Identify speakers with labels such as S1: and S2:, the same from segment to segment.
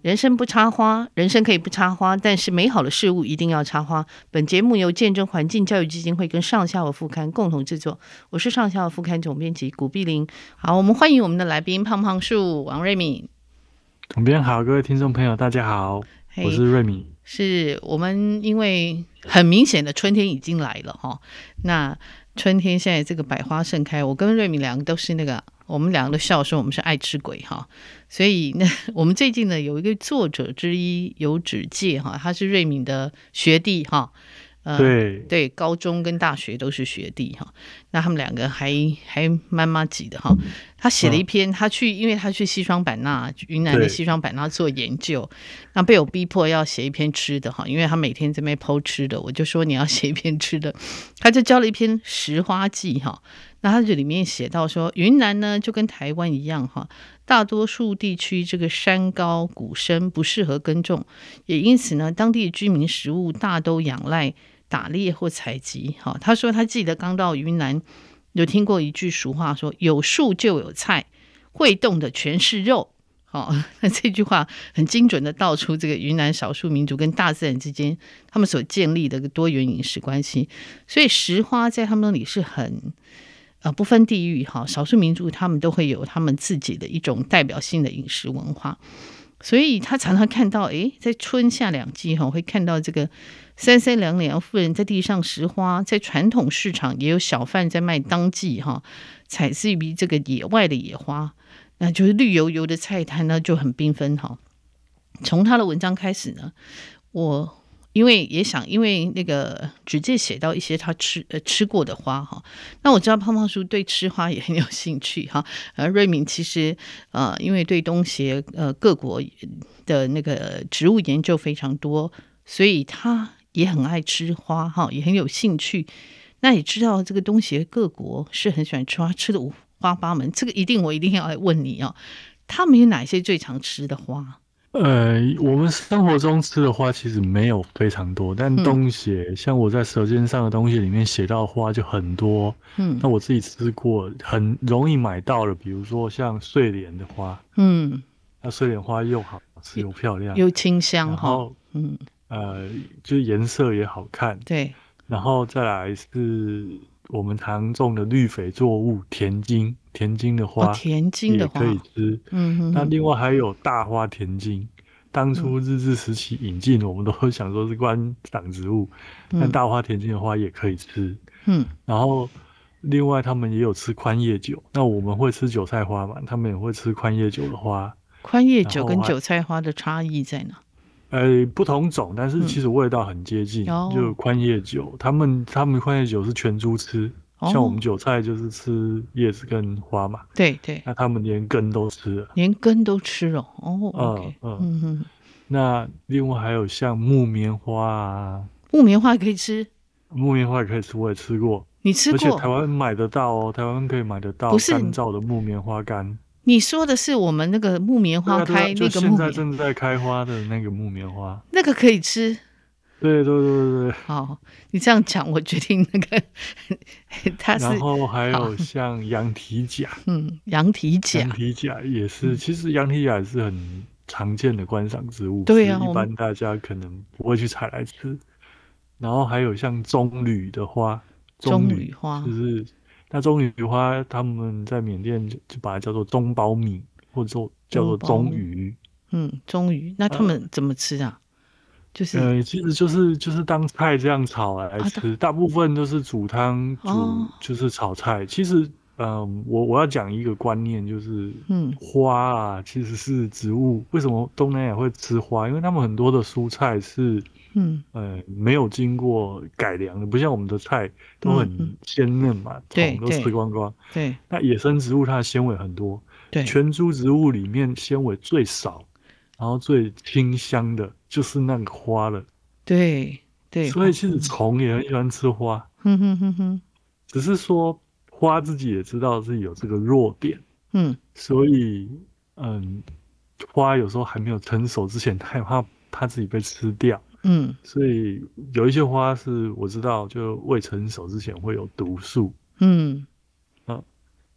S1: 人生不插花，人生可以不插花，但是美好的事物一定要插花。本节目由见证环境教育基金会跟上下游副刊共同制作，我是上下游副刊总编辑古碧玲。好，我们欢迎我们的来宾胖胖树王瑞敏。
S2: 总编好，各位听众朋友，大家好，
S1: 嘿
S2: 我是瑞敏。
S1: 是我们因为很明显的春天已经来了哈，那春天现在这个百花盛开，我跟瑞敏两个都是那个，我们两个都笑说我们是爱吃鬼哈，所以那我们最近呢有一个作者之一有指介哈，他是瑞敏的学弟哈，呃，
S2: 对，
S1: 对，高中跟大学都是学弟哈。那他们两个还还蛮妈几的哈。他写了一篇，他去，因为他去西双版纳，云南的
S2: 对
S1: 西双版纳做研究，那被我逼迫要写一篇吃的哈，因为他每天这边剖吃的，我就说你要写一篇吃的，他就教了一篇拾花记哈。那他这里面写到说，云南呢就跟台湾一样哈，大多数地区这个山高谷深，不适合耕种，也因此呢，当地居民食物大都仰赖打猎或采集。哈、他说他记得刚到云南，有听过一句俗话说：“有树就有菜，会动的全是肉。”好，那 这句话很精准的道出这个云南少数民族跟大自然之间他们所建立的一个多元饮食关系。所以石花在他们那里是很呃不分地域哈，少数民族他们都会有他们自己的一种代表性的饮食文化。所以他常常看到，诶，在春夏两季哈，会看到这个三三两两妇人在地上拾花，在传统市场也有小贩在卖当季哈，采自于这个野外的野花，那就是绿油油的菜摊呢就很缤纷哈。从他的文章开始呢，我因为也想，因为那个直接写到一些他吃呃吃过的花哈，那我知道胖胖叔对吃花也很有兴趣哈， 呃，瑞敏其实呃因为对东协呃各国的那个植物研究非常多，所以他也很爱吃花哈，也很有兴趣。那也知道这个东协各国是很喜欢吃花，吃的五花八门。这个一定我一定要来问你哦，他们有哪些最常吃的花？
S2: 呃，我们生活中吃的花其实没有非常多，但
S1: 嗯
S2: 东西、像我在《舌尖上的东西》里面写到的花就很多。
S1: 嗯
S2: 那我自己吃过，很容易买到的，比如说像睡莲的花，
S1: 嗯，
S2: 那睡莲花又好吃又漂亮，
S1: 有清香
S2: 然
S1: 哈，
S2: 后
S1: 嗯，
S2: 呃，就是颜色也好看，
S1: 对，
S2: 然后再来是我们常种的绿肥作物田荆，田荆的花。
S1: 哦，田
S2: 也
S1: 径的花
S2: 可，以吃，
S1: 嗯
S2: 那
S1: 嗯
S2: 另外还有大花田荆，当初日治时期引进，我们都会想说是观赏植物，但
S1: 嗯
S2: 大花田荆的花也可以吃。
S1: 嗯
S2: 然后另外他们也有吃宽叶酒，那我们会吃韭菜花嘛，他们也会吃宽叶酒的花，
S1: 宽叶酒
S2: 然
S1: 跟
S2: 后还
S1: 韭菜花的差异在哪？
S2: 呃，不同种，但是
S1: 嗯
S2: 其实味道很接近，
S1: 哦
S2: 就宽叶酒，他们他们宽叶酒是全株吃。
S1: 哦
S2: 像我们韭菜就是吃叶子跟花嘛，
S1: 对对，
S2: 那他们连根都吃了。
S1: 连根都吃了哦。OK，
S2: 嗯
S1: 嗯嗯，
S2: 那另外还有像木棉花啊，
S1: 木棉花也可以吃，
S2: 木棉花也可以吃，我也吃过，
S1: 你吃
S2: 而且台
S1: 过？
S2: 湾买得到哦，台湾可以买得到
S1: 不是
S2: 干燥的木棉花干。
S1: 你说的是我们那个木棉花
S2: 对啊对
S1: 开
S2: 啊
S1: 那
S2: 就
S1: 个
S2: 现
S1: 木
S2: 在
S1: 棉，
S2: 正在开花的那个木棉花。
S1: 那个可以吃。
S2: 对对对对对，
S1: 好，你这样讲，我决定那个 它是
S2: 然后还有像羊蹄甲，
S1: 嗯羊蹄
S2: 羊
S1: 甲，嗯
S2: 蹄甲也是，其实羊蹄甲也是很常见的观赏植物，
S1: 对
S2: 是
S1: 啊我
S2: 一
S1: 们
S2: 般大家可能不会去采来吃。然后还有像棕榈的花，
S1: 棕
S2: 榈
S1: 榈花
S2: 就，是那棕榈花，他们在缅甸就就把它叫做棕苞米，或者说叫做棕鱼。
S1: 嗯棕榈，那他们怎么吃啊？就是
S2: 呃，其实就是就是当菜这样炒来
S1: 啊
S2: 吃，大部分都是煮汤煮，
S1: 哦
S2: 就是炒菜。其实，嗯、我我要讲一个观念，就是
S1: 嗯
S2: 花啊，其实是植物。为什么东南亚会吃花？因为他们很多的蔬菜是
S1: 嗯
S2: 呃没有经过改良的，不像我们的菜都
S1: 嗯嗯
S2: 很鲜嫩嘛，
S1: 对
S2: 桶都
S1: 对
S2: 吃光光。
S1: 对
S2: 那野生植物它的纤维很多，
S1: 对，
S2: 全株植物里面纤维最少，然后最清香的就是那个花了。
S1: 对对，
S2: 所以其实虫也很喜欢吃花，
S1: 哼哼哼哼，
S2: 只是说花自己也知道自己有这个弱点，
S1: 嗯
S2: 所以嗯，花有时候还没有成熟之前，害怕它自己被吃掉。
S1: 嗯
S2: 所以有一些花是我知道，就未成熟之前会有毒素，
S1: 嗯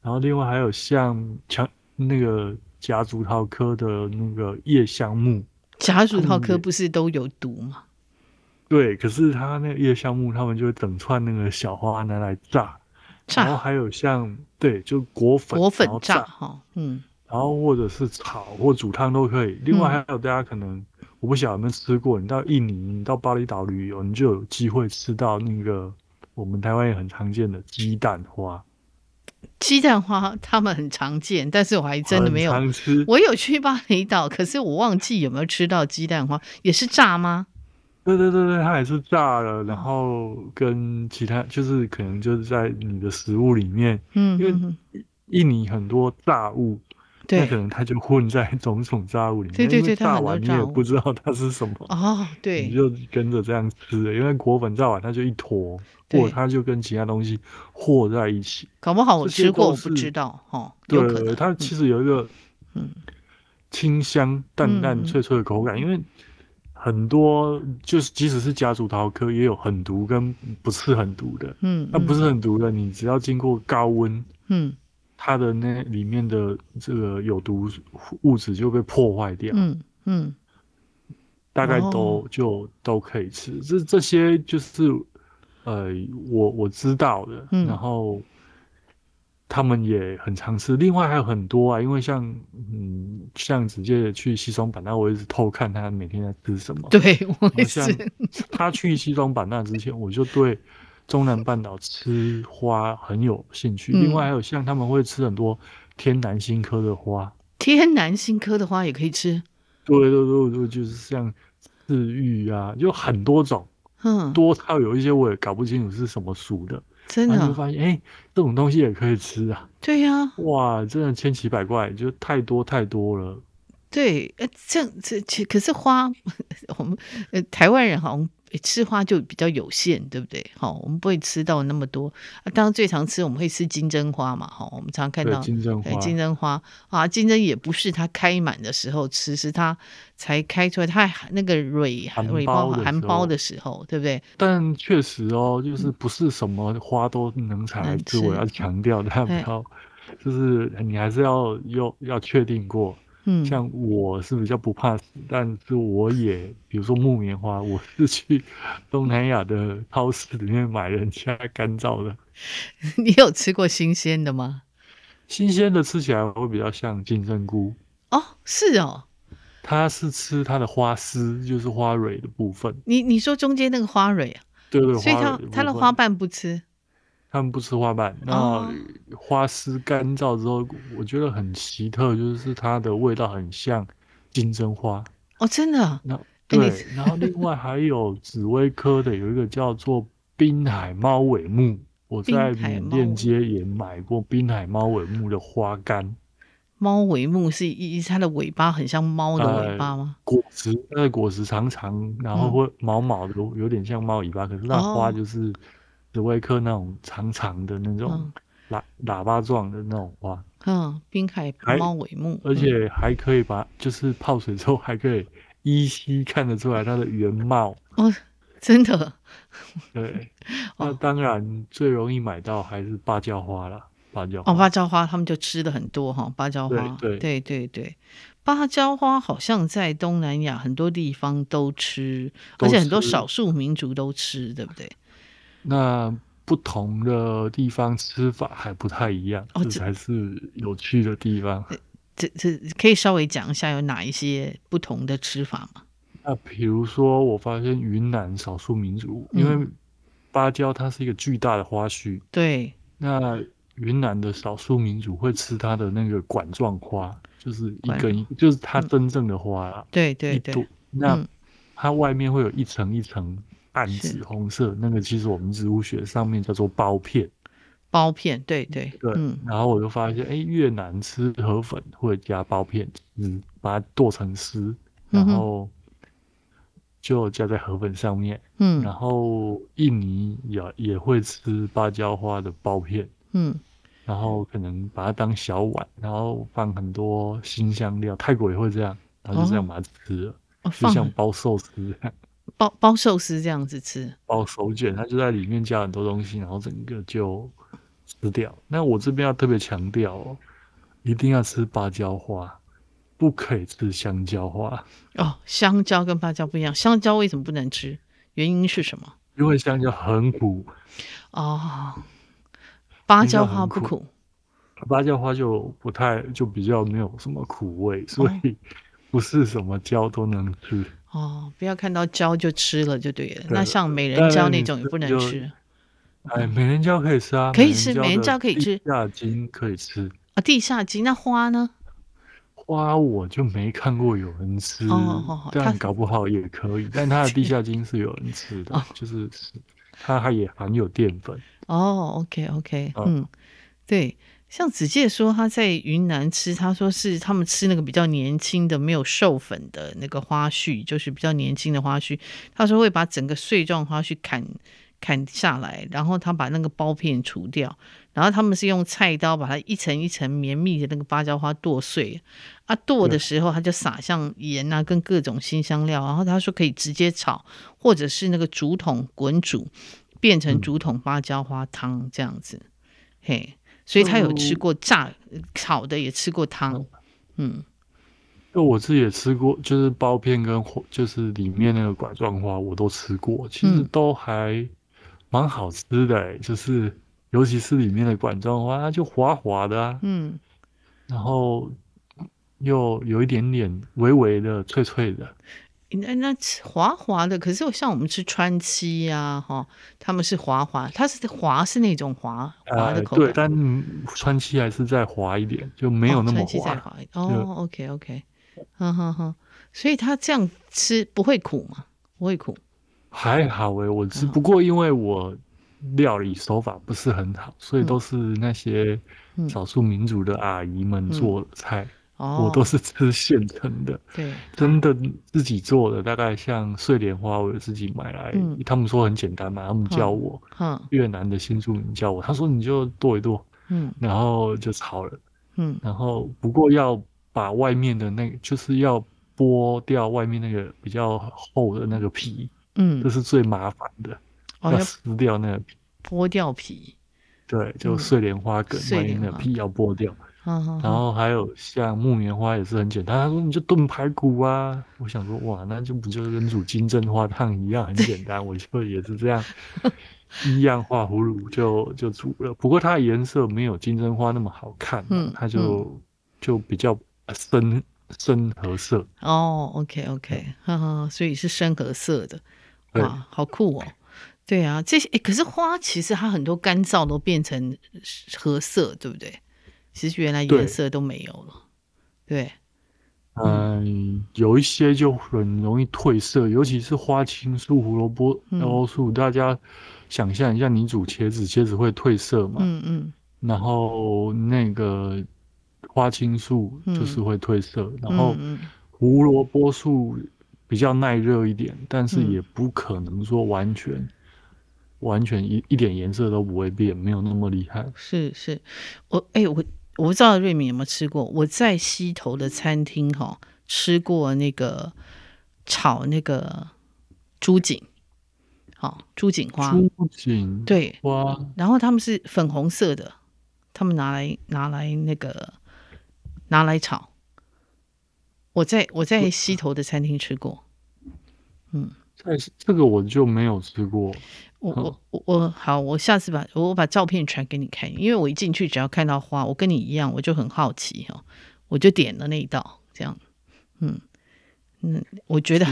S2: 然后另外还有像强那个夹竹桃科的那个夜香木，
S1: 夹竹桃科不是都有毒吗？
S2: 对，可是它那个叶橡木，他们就会整串那个小花拿来炸，然后
S1: 炸
S2: 还有像对，就裹哦粉，
S1: 果粉
S2: 然后
S1: 炸，哈，嗯，
S2: 然后或者是炒或煮汤都可以。另外
S1: 嗯
S2: 还有大家可能我不晓得有没有吃过，你到印尼、你到巴厘岛旅游，你就有机会吃到那个我们台湾也很常见的鸡蛋花，
S1: 鸡蛋花他们很常见，但是我还真的没有
S2: 很常吃。
S1: 我有去巴厘岛，可是我忘记有没有吃到鸡蛋花，也是炸吗？
S2: 对对对对，它也是炸了，然后跟其他就是可能就是在你的食物里面，
S1: 嗯，
S2: 因为
S1: 嗯嗯
S2: 印尼很多炸物，那可
S1: 对，
S2: 能它就混在 种种炸物里面。
S1: 对对
S2: 因
S1: 对
S2: 为
S1: 它
S2: 炸
S1: 很多
S2: 完你
S1: 炸
S2: 也
S1: 物
S2: 不知道它是什么，
S1: 哦，
S2: 你
S1: 对，
S2: 就跟着这样吃了。因为果粉炸完它就一坨，
S1: 对
S2: 或者它就跟其他东西和在一起。
S1: 搞不好我
S2: 这些
S1: 吃过，
S2: 都
S1: 我不
S2: 是
S1: 知道，哦，有可
S2: 对，
S1: 能，
S2: 它其实有一个
S1: 嗯
S2: 清香、淡
S1: 嗯嗯
S2: 淡脆脆的口感，因为。很多就是，即使是夹竹桃科，也有很毒跟不是很毒的。
S1: 嗯，
S2: 那
S1: 嗯
S2: 不是很毒的，你只要经过高温，
S1: 嗯
S2: 它的那里面的这个有毒物质就被破坏掉，
S1: 嗯嗯，
S2: 大概
S1: 哦
S2: 都就都可以吃。这这些就是呃，我我知道的，
S1: 嗯
S2: 然后他们也很常吃。另外还有很多啊，因为像嗯，像直接去西双版纳，我一直偷看他每天在吃什么。
S1: 对我也
S2: 哦好像
S1: 是，
S2: 他去西双版纳之前，我就对中南半岛吃花很有兴趣。
S1: 嗯
S2: 另外还有像他们会吃很多天南星科的花，
S1: 天南星科的花也可以吃，
S2: 对对对对，就是像刺玉啊，就很多种，
S1: 嗯，
S2: 多到有一些我也搞不清楚是什么属的。
S1: 真
S2: 然
S1: 的
S2: 后就
S1: 啊，
S2: 发现，哎、这种东西也可以吃啊！
S1: 对呀，
S2: 哇，真的千奇百怪，就太多太多了。
S1: 对，呃，这这其可是花， 我们呃台湾人好像吃花就比较有限，对不对？好、我们不会吃到那么多。啊、当然最常吃我们会吃金针花嘛，哈、我们常看
S2: 对，
S1: 到。
S2: 金针
S1: 哎
S2: 花，，
S1: 金针花啊，金针也不是它开满的时候吃，是它才开出来，它还那个蕊
S2: 含
S1: 蕊包
S2: 苞的
S1: 含
S2: 时
S1: 苞
S2: 候
S1: 的时候，对不对？
S2: 但确实哦，就是不是什么花都能采来
S1: 嗯
S2: 吃，
S1: 能吃
S2: 我要强调，大家不
S1: 哎
S2: 要， 就是哎你还是要要要确定过。
S1: 嗯，
S2: 像我是比较不怕死，但是我也，比如说木棉花，我是去东南亚的超市里面买人家干燥的，
S1: 你有吃过新鲜的吗？
S2: 新鲜的吃起来会比较像金针菇，
S1: 哦，是哦，
S2: 它是吃它的花丝，就是花蕊的部分，
S1: 你你说中间那个花蕊啊，
S2: 对对，
S1: 所以
S2: 花
S1: 它
S2: 蕊部
S1: 它的
S2: 分
S1: 花瓣不吃，
S2: 他们不吃花瓣，那
S1: 哦
S2: 花丝干燥之后，我觉得很奇特，就是它的味道很像金针花。
S1: 哦，真的啊，
S2: 那
S1: 你
S2: 对，然后另外还有紫薇科的有一个叫做滨海猫尾木，我
S1: 滨
S2: 在
S1: 海
S2: 缅
S1: 猫尾
S2: 甸街也买过滨海猫尾木的花干，
S1: 猫尾木是一它的尾巴很像猫的
S2: 呃
S1: 尾巴吗？
S2: 果实它的果实长长，然后
S1: 嗯
S2: 会毛毛的，有点像猫尾巴，可是那
S1: 哦
S2: 花就是紫薇科那种长长的那种
S1: 嗯
S2: 喇喇叭状的那种花。
S1: 嗯，滨海
S2: 还
S1: 猫尾木，嗯
S2: 而且还可以把，就是泡水之后还可以依稀看得出来它的原貌。
S1: 嗯哦，真的
S2: 对，
S1: 哦
S2: 那当然最容易买到还是芭蕉花啦，芭蕉花。
S1: 哦，芭蕉花他们就吃的很多哈，芭蕉花，
S2: 对
S1: 对对对芭蕉花好像在东南亚很多地方都吃，
S2: 都
S1: 而且很多
S2: 吃
S1: 少数民族都吃，对不对？
S2: 那不同的地方吃法还不太一样，
S1: 哦
S2: 这
S1: 这
S2: 才是有趣的地方。
S1: 这这可以稍微讲一下有哪一些不同的吃法吗？
S2: 那比如说，我发现云南少数民族，
S1: 嗯
S2: 因为芭蕉它是一个巨大的花序，
S1: 对，
S2: 那云南的少数民族会吃它的那个管状花，就是一
S1: 管
S2: 根一，就是它真正的花啦，
S1: 对对
S2: 一
S1: 对
S2: 朵。那
S1: 嗯
S2: 它外面会有一层一层暗
S1: 是
S2: 紫红色，那个其实我们植物学上面叫做苞片。
S1: 包片，对对，
S2: 对，
S1: 嗯，
S2: 然后我就发现，哎，越南吃河粉会加包片，嗯，把它剁成丝，然
S1: 嗯哼
S2: 后就加在河粉上面。然
S1: 嗯
S2: 后印尼也也会吃芭蕉花的包片。
S1: 嗯，
S2: 然后可能把它当小碗，然后放很多新香料。泰国也会这样，然后就这样
S1: 哦
S2: 把它吃了，
S1: 哦
S2: 就
S1: 放
S2: 像
S1: 很
S2: 包寿司这样，
S1: 包包寿司这样子吃，
S2: 包手卷，它就在里面加很多东西，然后整个就吃掉。那我这边要特别强调哦，一定要吃芭蕉花，不可以吃香蕉花，
S1: 哦，香蕉跟芭蕉不一样，香蕉为什么不能吃？原因是什么？
S2: 因为香蕉很苦，
S1: 哦，芭蕉花不
S2: 很苦
S1: 苦，
S2: 芭蕉花就不太就比较没有什么苦味，所以不是什么蕉都能吃。
S1: 哦，不要看到蕉就吃了就对了。
S2: 对
S1: 那像美人蕉那种也不
S2: 但
S1: 能
S2: 是你
S1: 吃
S2: 哎，美人蕉可以吃啊，
S1: 可以吃美人蕉
S2: 的
S1: 可以吃
S2: 地下茎可以吃。
S1: 啊。地下茎那花呢？
S2: 花我就没看过有人吃，
S1: 哦哦哦它
S2: 但搞不好也可以。但它的地下茎是有人吃的，
S1: 哦
S2: 就是是它还也含有淀粉。
S1: 哦，OK OK，
S2: 啊
S1: 嗯，对。像子介说他在云南吃，他说是他们吃那个比较年轻的、没有授粉的那个花絮，就是比较年轻的花絮。他说会把整个碎状花絮砍砍下来，然后他把那个苞片除掉，然后他们是用菜刀把它一层一层绵密的那个芭蕉花剁碎，啊，剁的
S2: 对
S1: 时候他就撒上盐啊，跟各种新香料，然后他说可以直接炒，或者是那个竹筒滚煮，变成
S2: 嗯
S1: 竹筒芭蕉花汤这样子，嘿。所以他有吃
S2: 哦
S1: 过炸炒的，也吃过汤，嗯，
S2: 就我自己也吃过，就是包片跟花就是里面那个拐状花，我都吃过，其实
S1: 嗯
S2: 都还蛮好吃的、欸，就是尤其是里面的管状花，它就滑滑的啊，
S1: 嗯，
S2: 然后又有一点点微微的脆脆的，
S1: 那那吃滑滑的，可是像我们吃川七呀、哈，他们是滑滑，它是滑是那种滑滑的
S2: 呃，
S1: 口
S2: 对，
S1: 感，
S2: 但川崎还是再滑一点，就没有那么
S1: 哦川七再
S2: 滑，
S1: 滑一点。哦，OK OK，哈哈哈，所以它这样吃不会苦嘛？不会苦
S2: 还好诶、我
S1: 嗯
S2: 只不过因为我料理手法不是很好，所以都是那些
S1: 嗯
S2: 少数民族的阿姨们做的菜。
S1: 哦，嗯
S2: 我都是吃现成的，
S1: 对，
S2: 真的自己做的。大概像睡莲花，我有自己买来，
S1: 嗯
S2: 他们说很简单嘛，他们教
S1: 嗯
S2: 我，
S1: 哈，
S2: 越南的新住民教我，他说你就剁一剁，
S1: 嗯
S2: 然后就炒了，
S1: 嗯，
S2: 然后不过要把外面的那个，就是要剥掉外面那个比较厚的那个皮，这
S1: 嗯，
S2: 是最麻烦的，
S1: 哦，
S2: 要
S1: 要
S2: 撕掉那个皮。
S1: 剥掉皮，
S2: 对，就
S1: 嗯
S2: 睡莲花梗
S1: 睡
S2: 外面
S1: 莲
S2: 那个
S1: 花嗯
S2: 皮要剥掉，
S1: 哈哈
S2: 然
S1: 哈，
S2: 后还有像木棉花也是很简单，他说你就炖排骨啊。我想说，哇，那就不就是跟煮金针花汤一样，很简单。我就也是这 样，一样画葫芦就就煮了。不过它的颜色没有金针花那么好看嘛，
S1: 嗯
S2: 它就、就比较深深褐色。
S1: 哦，OK OK，哈哈，所以是深褐色的，
S2: 嗯对
S1: 哇，好酷哦！对啊，这些诶可是花其实它很多干燥都变成褐色，对不对？其实原来
S2: 对
S1: 颜色都没有了，对，
S2: 嗯，有一些就很容易褪色，尤其是花青素、胡萝卜、
S1: 嗯
S2: 欧素。大家想象一下，你煮茄子，茄子会褪色嘛？
S1: 嗯嗯
S2: 然后那个花青素就是会褪色，然后
S1: 嗯嗯
S2: 胡萝卜素比较耐热一点，但是
S1: 嗯
S2: 也不可能说完全、完全一一点颜色都不会变，没有那么厉害。
S1: 是是，我哎、我我不知道瑞敏有没有吃过，我在西头的餐厅哈、吃过那个炒那个猪颈，好、猪颈花，
S2: 猪颈
S1: 对，
S2: 花
S1: 然后他们是粉红色的，他们拿来拿来那个拿来炒。我在我在西头的餐厅吃过，
S2: 但是这个我就没有吃过，
S1: 我我我我好，我下次把我把照片传给你看，因为我一进去只要看到花，我跟你一样，我就很好奇哦，我就点了那一道，这样，嗯嗯，我觉得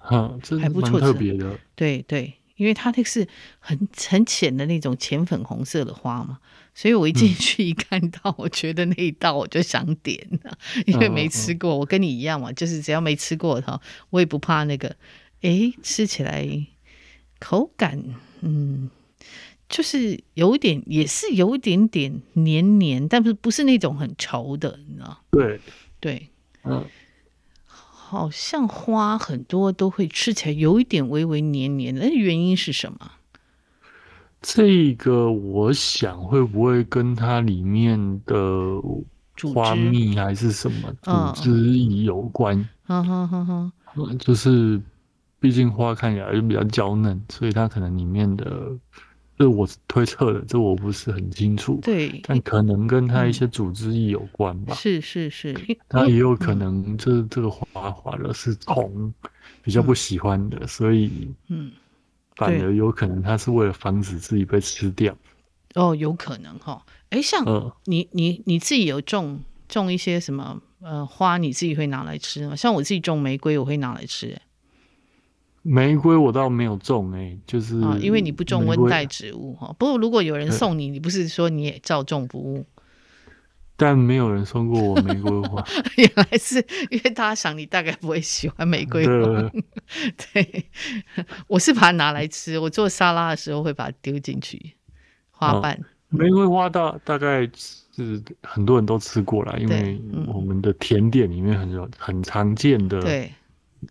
S2: 哈，这
S1: 还不
S2: 蛮
S1: 错
S2: 特
S1: 吃
S2: 别的。
S1: 对对，因为它那个是很很浅的那种浅粉红色的花嘛，所以我一
S2: 嗯
S1: 进去一看到，我觉得那一道我就想点了、因为
S2: 嗯嗯
S1: 没
S2: 嗯
S1: 吃过。我跟你一样嘛，就是只要没吃过的哈，我也不怕那个。诶，吃起来口感，嗯，就是有一点，也是有一点点黏黏，但是不是那种很稠的，你知道？
S2: 对，
S1: 对，
S2: 嗯，
S1: 好像花很多都会吃起来有一点微微黏黏的，那原因是什么？
S2: 这个我想会不会跟它里面的
S1: 组
S2: 花
S1: 织
S2: 蜜还是什么
S1: 嗯
S2: 组织有关？
S1: 哈哈哈哈，
S2: 嗯就是毕竟花看起来就比较娇嫩，所以它可能里面的这我是推测的，这我不是很清楚，
S1: 对，
S2: 但可能跟他一
S1: 嗯
S2: 些组织意有关吧。
S1: 是是是，因
S2: 那
S1: 因
S2: 也有可
S1: 嗯
S2: 能这这个滑滑的是虫比较不喜欢的，所以
S1: 嗯，
S2: 反
S1: 对
S2: 而有可能他是为了防止自己被吃掉。
S1: 哦，有可能哈、哎，像
S2: 嗯，
S1: 你你你自己有种种一些什么呃花，你自己会拿来吃吗？像我自己种玫瑰，我会拿来吃、哎
S2: 玫瑰我倒没有种诶、就是
S1: 啊，因为你不种
S2: 嗯玫
S1: 温
S2: 瑰
S1: 带植物哈、不过如果有人
S2: 对
S1: 送你，你不是说你也照种不误？
S2: 但没有人送过我玫瑰花。
S1: 原来是因为大家想你大概不会喜欢玫 瑰花。
S2: 对，
S1: 对， 我是把它拿来吃，我做沙拉的时候会把它丢进去，花
S2: 哦
S1: 瓣。
S2: 玫瑰花大大概是很多人都吃过啦，因
S1: 对
S2: 为
S1: 嗯
S2: 我们的甜点里面很有很常见的，
S1: 对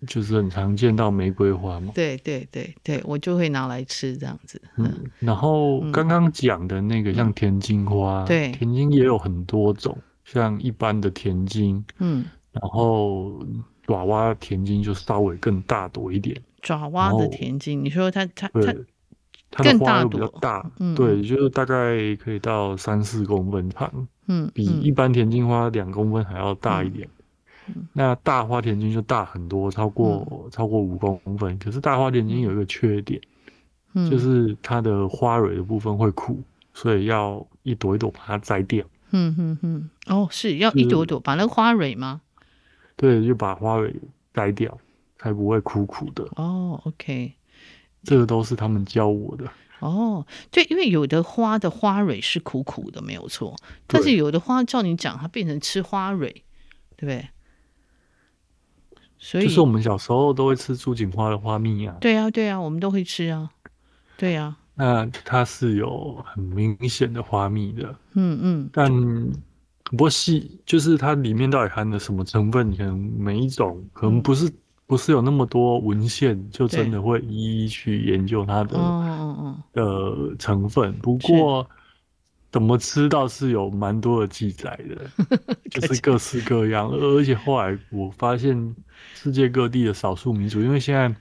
S2: 就是很常见到玫瑰花嘛。
S1: 对对对对，我就会拿来吃这样子。嗯，
S2: 嗯，然后
S1: 嗯
S2: 刚刚讲的那个像田金花，
S1: 对
S2: 田金也有很多种，像一般的田金，
S1: 嗯，
S2: 然后爪哇田金就稍微更大朵一点，
S1: 爪哇
S2: 然
S1: 的
S2: 后
S1: 田径，你说它它它
S2: 对，它的
S1: 更大
S2: 花又比较
S1: 朵
S2: 大，
S1: 嗯
S2: 对，就是大概可以到三四公分长，
S1: 嗯
S2: 比
S1: 嗯
S2: 一般田金花两公分还要大一点。
S1: 嗯
S2: 那大花田金就大很多，超过超过五公分。可是大花田金有一个缺点，
S1: 嗯
S2: 就是它的花蕊的部分会枯，所以要一朵一朵把它摘掉。
S1: 嗯嗯嗯，哦，是要一
S2: 是
S1: 朵朵把那个花蕊吗？
S2: 对，就把花蕊摘掉，才不会苦苦的。
S1: 哦，OK，
S2: 这个都是他们教我的。
S1: 哦，对，因为有的花的花蕊是苦苦的，没有错，但是
S2: 对
S1: 有的花照你讲，它变成吃花蕊，对不对？所以，
S2: 就是我们小时候都会吃朱槿花的花蜜啊，
S1: 对啊，对啊，我们都会吃啊，对啊，
S2: 那它是有很明显的花蜜的，
S1: 嗯嗯，
S2: 但不过细就是它里面到底含的什么成分，可能每一种可能
S1: 嗯
S2: 不是、不是有那么多文献，就
S1: 对
S2: 真的会一一去研究它的、
S1: 哦哦哦，
S2: 呃成分。不过怎么吃倒是有蛮多的记载 的，就是各式各样。而且后来我发现世界各地的少数民族，因为现在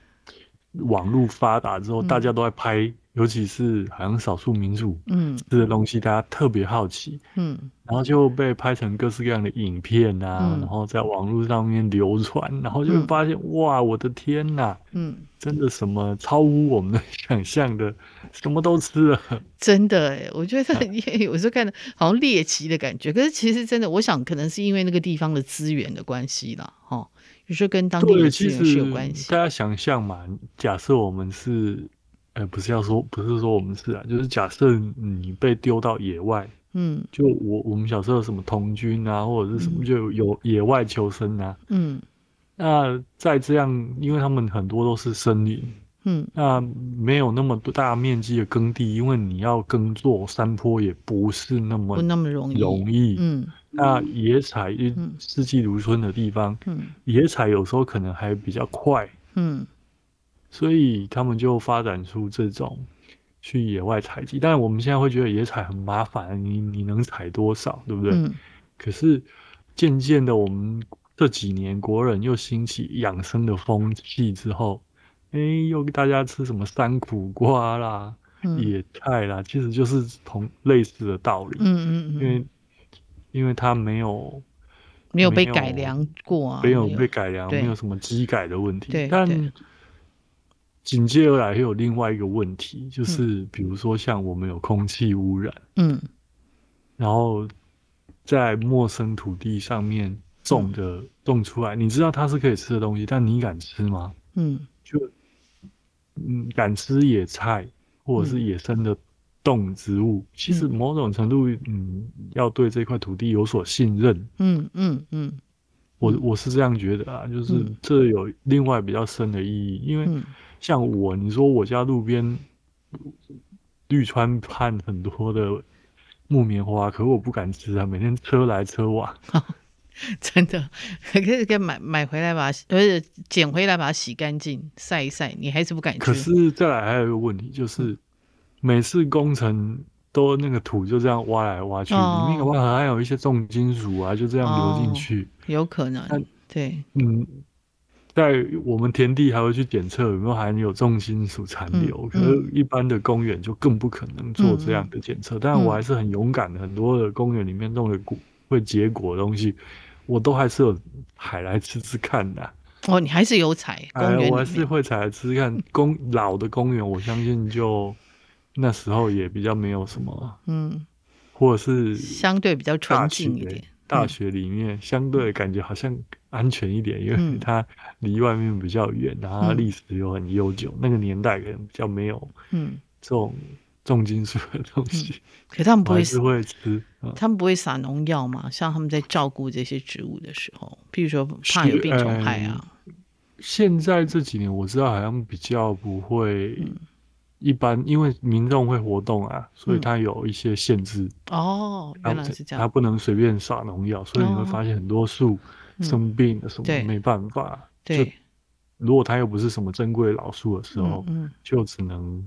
S2: 网络发达之后，
S1: 嗯
S2: 大家都在拍，尤其是好像少数民族
S1: 嗯
S2: 吃的东西，大家特别好奇。
S1: 嗯
S2: 然后就被拍成各式各样的影片啊，
S1: 嗯
S2: 然后在网络上面流传，然后就会
S1: 嗯
S2: 发现、哇，我的天呐，
S1: 嗯，
S2: 真的什么超乎我们的 想象的，什么都吃了。
S1: 真的哎，我觉
S2: 啊
S1: 得也有时候看的好像猎奇的感觉，可是其实真的，我想可能是因为那个地方的资源的关系啦，哦，有时候跟当地
S2: 对，
S1: 的资
S2: 其实
S1: 源是有关系
S2: 大，家想象嘛，假设我们是，呃，不是要说，不是说我们是啊，就是假设你被丢到野外，
S1: 嗯
S2: 就我我们小时候有什么童军啊，或者是什么，
S1: 嗯
S2: 就有有野外求生啊。
S1: 嗯
S2: 那在这样，因为他们很多都是森林，
S1: 嗯，
S2: 那没有那么多大面积的耕地，因为你要耕作，山坡也不是那么
S1: 不那么容易，
S2: 容易。
S1: 嗯
S2: 那野采，因为
S1: 嗯
S2: 四季如春的地方，
S1: 嗯
S2: 野采有时候可能还比较快，
S1: 嗯
S2: 所以他们就发展出这种去野外采集。但是我们现在会觉得野采很麻烦，你你能采多少，对不对？
S1: 嗯
S2: 可是渐渐的，我们这几年国人又兴起养生的风气之后，诶，又大家吃什么山苦瓜啦、
S1: 嗯
S2: 野菜啦，其实就是同类似的道理，
S1: 嗯嗯
S2: 因为因为它没有
S1: 没有被
S2: 没有
S1: 改良过啊，
S2: 没有被改良，
S1: 对
S2: 没有什么机改的问
S1: 对
S2: 题。但
S1: 对
S2: 紧接而来又有另外一个问题，就是比如说像我们有空气污染，
S1: 嗯
S2: 然后在陌生土地上
S1: 嗯
S2: 面种的种出来，你知道它是可以吃的东西，但你敢吃吗？
S1: 嗯
S2: 就嗯，敢吃野菜或者是
S1: 嗯
S2: 野生的动植物，其实某种程度，嗯，要对这块土地有所信任。
S1: 嗯嗯嗯
S2: 我我是这样觉得啊，就是
S1: 嗯
S2: 这有另外比较深的意义，因为
S1: 嗯
S2: 像我，你说我家路边绿川畔很多的木棉花，可我不敢吃啊，每天车来车往，
S1: 嗯，真的，可以可以买买回来把它，而且捡回来把它洗干净晒一晒，你还是不敢
S2: 可
S1: 吃，
S2: 是再来还有一个问题，就是每次工程都那个土就这样挖来挖去，
S1: 哦
S2: 里面恐怕还有一些重金属啊，就这样流进去。
S1: 有可能
S2: 那
S1: 对，
S2: 嗯，在我们田地还会去检测有没有含有重金属残留，
S1: 嗯嗯
S2: 可是一般的公园就更不可能做这样的检测。但我还是很勇敢的，很多的公园里面弄的果会结果的东西，我都还是有采来吃吃看的、
S1: 哦，你还是有采公园里
S2: 哎，
S1: 面，
S2: 我还是会采来吃吃 看。公老的公园，我相信就那时候也比较没有什么，
S1: 嗯，
S2: 或者是
S1: 相对比较
S2: 大
S1: 纯
S2: 学
S1: 净一点。
S2: 大
S1: 嗯
S2: 学里面相对感觉好像安全一点，因为
S1: 嗯
S2: 它离外面比较远，然后它
S1: 嗯
S2: 历史又很悠久，那个年代可能比较没有
S1: 嗯，
S2: 这种重金属的东西，
S1: 可他们嗯不
S2: 我还
S1: 会
S2: 是
S1: 撒，
S2: 会吃。嗯
S1: 他们不会撒农药嘛？像他们在照顾这些植物的时候，譬如说怕
S2: 是嗯
S1: 有病虫害啊，
S2: 现在这几年我知道好像比较不会
S1: 嗯，
S2: 一般因为民众会活动啊，所以
S1: 嗯
S2: 它有一些限制，
S1: 哦，
S2: 它
S1: 原来是这
S2: 它
S1: 样，
S2: 不能随便撒农药，所以你会
S1: 哦
S2: 发现很多树
S1: 嗯
S2: 生病了什么
S1: 对
S2: 没办法，就
S1: 对，
S2: 如果它又不是什么珍贵老树的时候，
S1: 嗯嗯，
S2: 就只能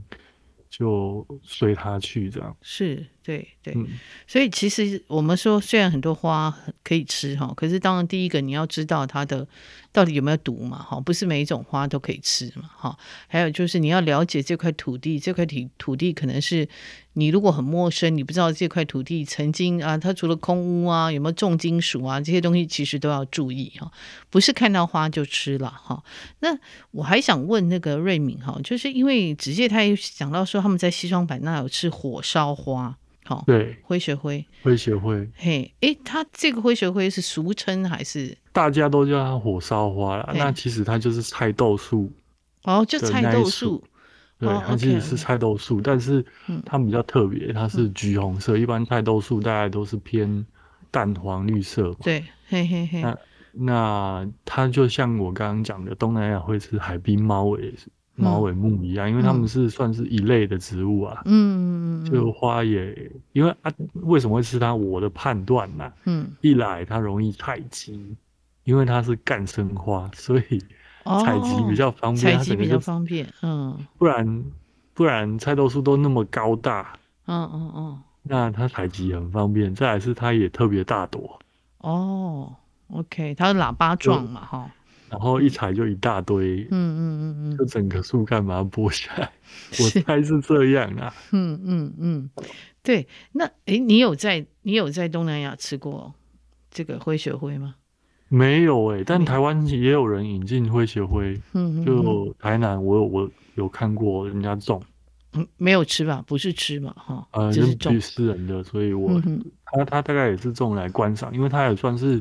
S2: 就随它去这样。
S1: 是，对对，
S2: 嗯，
S1: 所以其实我们说，虽然很多花可以吃哈，可是当然第一个你要知道它的到底有没有毒嘛哈，不是每一种花都可以吃嘛哈。还有就是你要了解这块土地，这块地土地可能是你如果很陌生，你不知道这块土地曾经啊，它除了空污啊，有没有重金属啊，这些东西其实都要注意哈，不是看到花就吃了哈。那我还想问那个瑞敏哈，就是因为子介他也讲到说他们在西双版纳有吃火烧花，好。
S2: 对，
S1: 灰学灰，
S2: 灰协会
S1: 嘿，诶，它这个灰学灰是俗称还是？
S2: 大家都叫它火烧花啦，
S1: 嘿
S2: 那其实它就是菜豆树，
S1: 哦，就
S2: 对
S1: 菜
S2: 那一
S1: 豆
S2: 属
S1: 树，
S2: 对，
S1: 哦
S2: 它其实
S1: OK，OK
S2: 是菜豆树，但是
S1: 嗯
S2: 它比较特别，它是橘红色，一般菜豆树大概都是偏淡黄绿色嘛。
S1: 对，嘿嘿嘿，
S2: 那那它就像我刚刚讲的，东南亚会吃海滨猫尾
S1: 嗯
S2: 猫尾木一样，因为它们是算是一类的植物啊。
S1: 嗯嗯嗯
S2: 就花也，因为啊，为什么会吃它？我的判断呐、
S1: 嗯，
S2: 一来它容易采集，因为它是干生花，所以
S1: 哦
S2: 采集比较方便。
S1: 采
S2: 它
S1: 集
S2: 整个
S1: 比较
S2: 就
S1: 方便，嗯
S2: 不然不然菜豆树都那么高大，
S1: 嗯嗯嗯，
S2: 那它采集很方便。再来是它也特别大朵，
S1: 哦，OK，它是喇叭状嘛，哈，
S2: 然后一采就一大堆，
S1: 嗯嗯嗯
S2: 就
S1: 嗯
S2: 整个树干把它剥下 来。
S1: 是
S2: 我猜是这样啊。
S1: 嗯嗯嗯，对，那诶，你有在你有在东南亚吃过这个灰学灰吗？
S2: 没有诶、但
S1: 没
S2: 台湾也有人引进灰协会，
S1: 嗯，嗯嗯
S2: 就台南我有我有看过人家种。
S1: 嗯没有吃吧，不是吃嘛，哈，
S2: 呃，
S1: 就是
S2: 必
S1: 种
S2: 须，私人的，所以我、
S1: 嗯哼，
S2: 他他大概也是种来观赏，因为他也算是，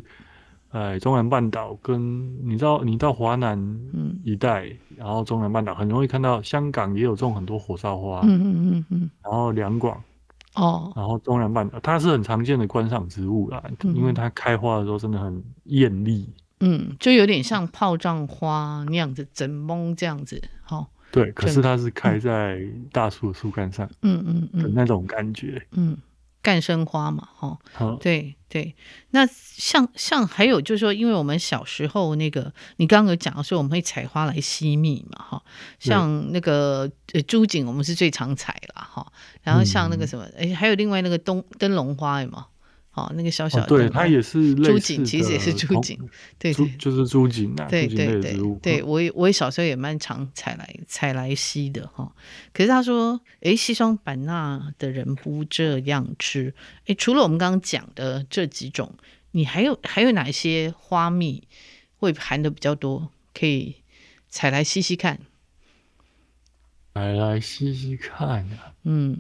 S2: 呃，中南半岛跟你到你到华南
S1: 嗯
S2: 一带，然后中南半岛很容易看到，香港也有种很多火烧花，
S1: 嗯嗯嗯嗯，
S2: 然后两广，
S1: 哦，
S2: 然后中南半岛它是很常见的观赏植物啦，
S1: 嗯
S2: 因为它开花的时候真的很艳丽，
S1: 嗯，就有点像泡仗花那样子，整蒙这样子，哦好、
S2: 对，可是
S1: 真
S2: 它是开在大树的树干上
S1: 嗯嗯
S2: 的
S1: 嗯
S2: 那种感觉，嗯哦
S1: 嗯，干生花嘛，哈、
S2: 好，
S1: 对对。那像像还有就是说，因为我们小时候那个，你刚刚有讲到说我们会采花来吸蜜嘛，哈、
S2: 对
S1: 像那个呃朱槿，我们是最常采了哈、然后像那个
S2: 嗯
S1: 什么，哎、还有另外那个灯灯笼花有吗？好、那个小小
S2: 哦
S1: 的、，
S2: 对，它也是类似
S1: 朱槿其实也是
S2: 的
S1: 朱
S2: 同
S1: 槿，对
S2: 猪
S1: 对
S2: 就是猪颈啊，
S1: 对
S2: 猪颈类
S1: 对
S2: 的
S1: 对
S2: 植物。，嗯
S1: 对我也我也小时候也蛮常采来采来吸的哈。可是他说，诶，西双版纳的人不这样吃。诶，除了我们刚刚讲的这几种，你还有还有哪些花蜜会含的比较多？可以采来吸吸看。
S2: 来来吸吸看啊。
S1: 嗯，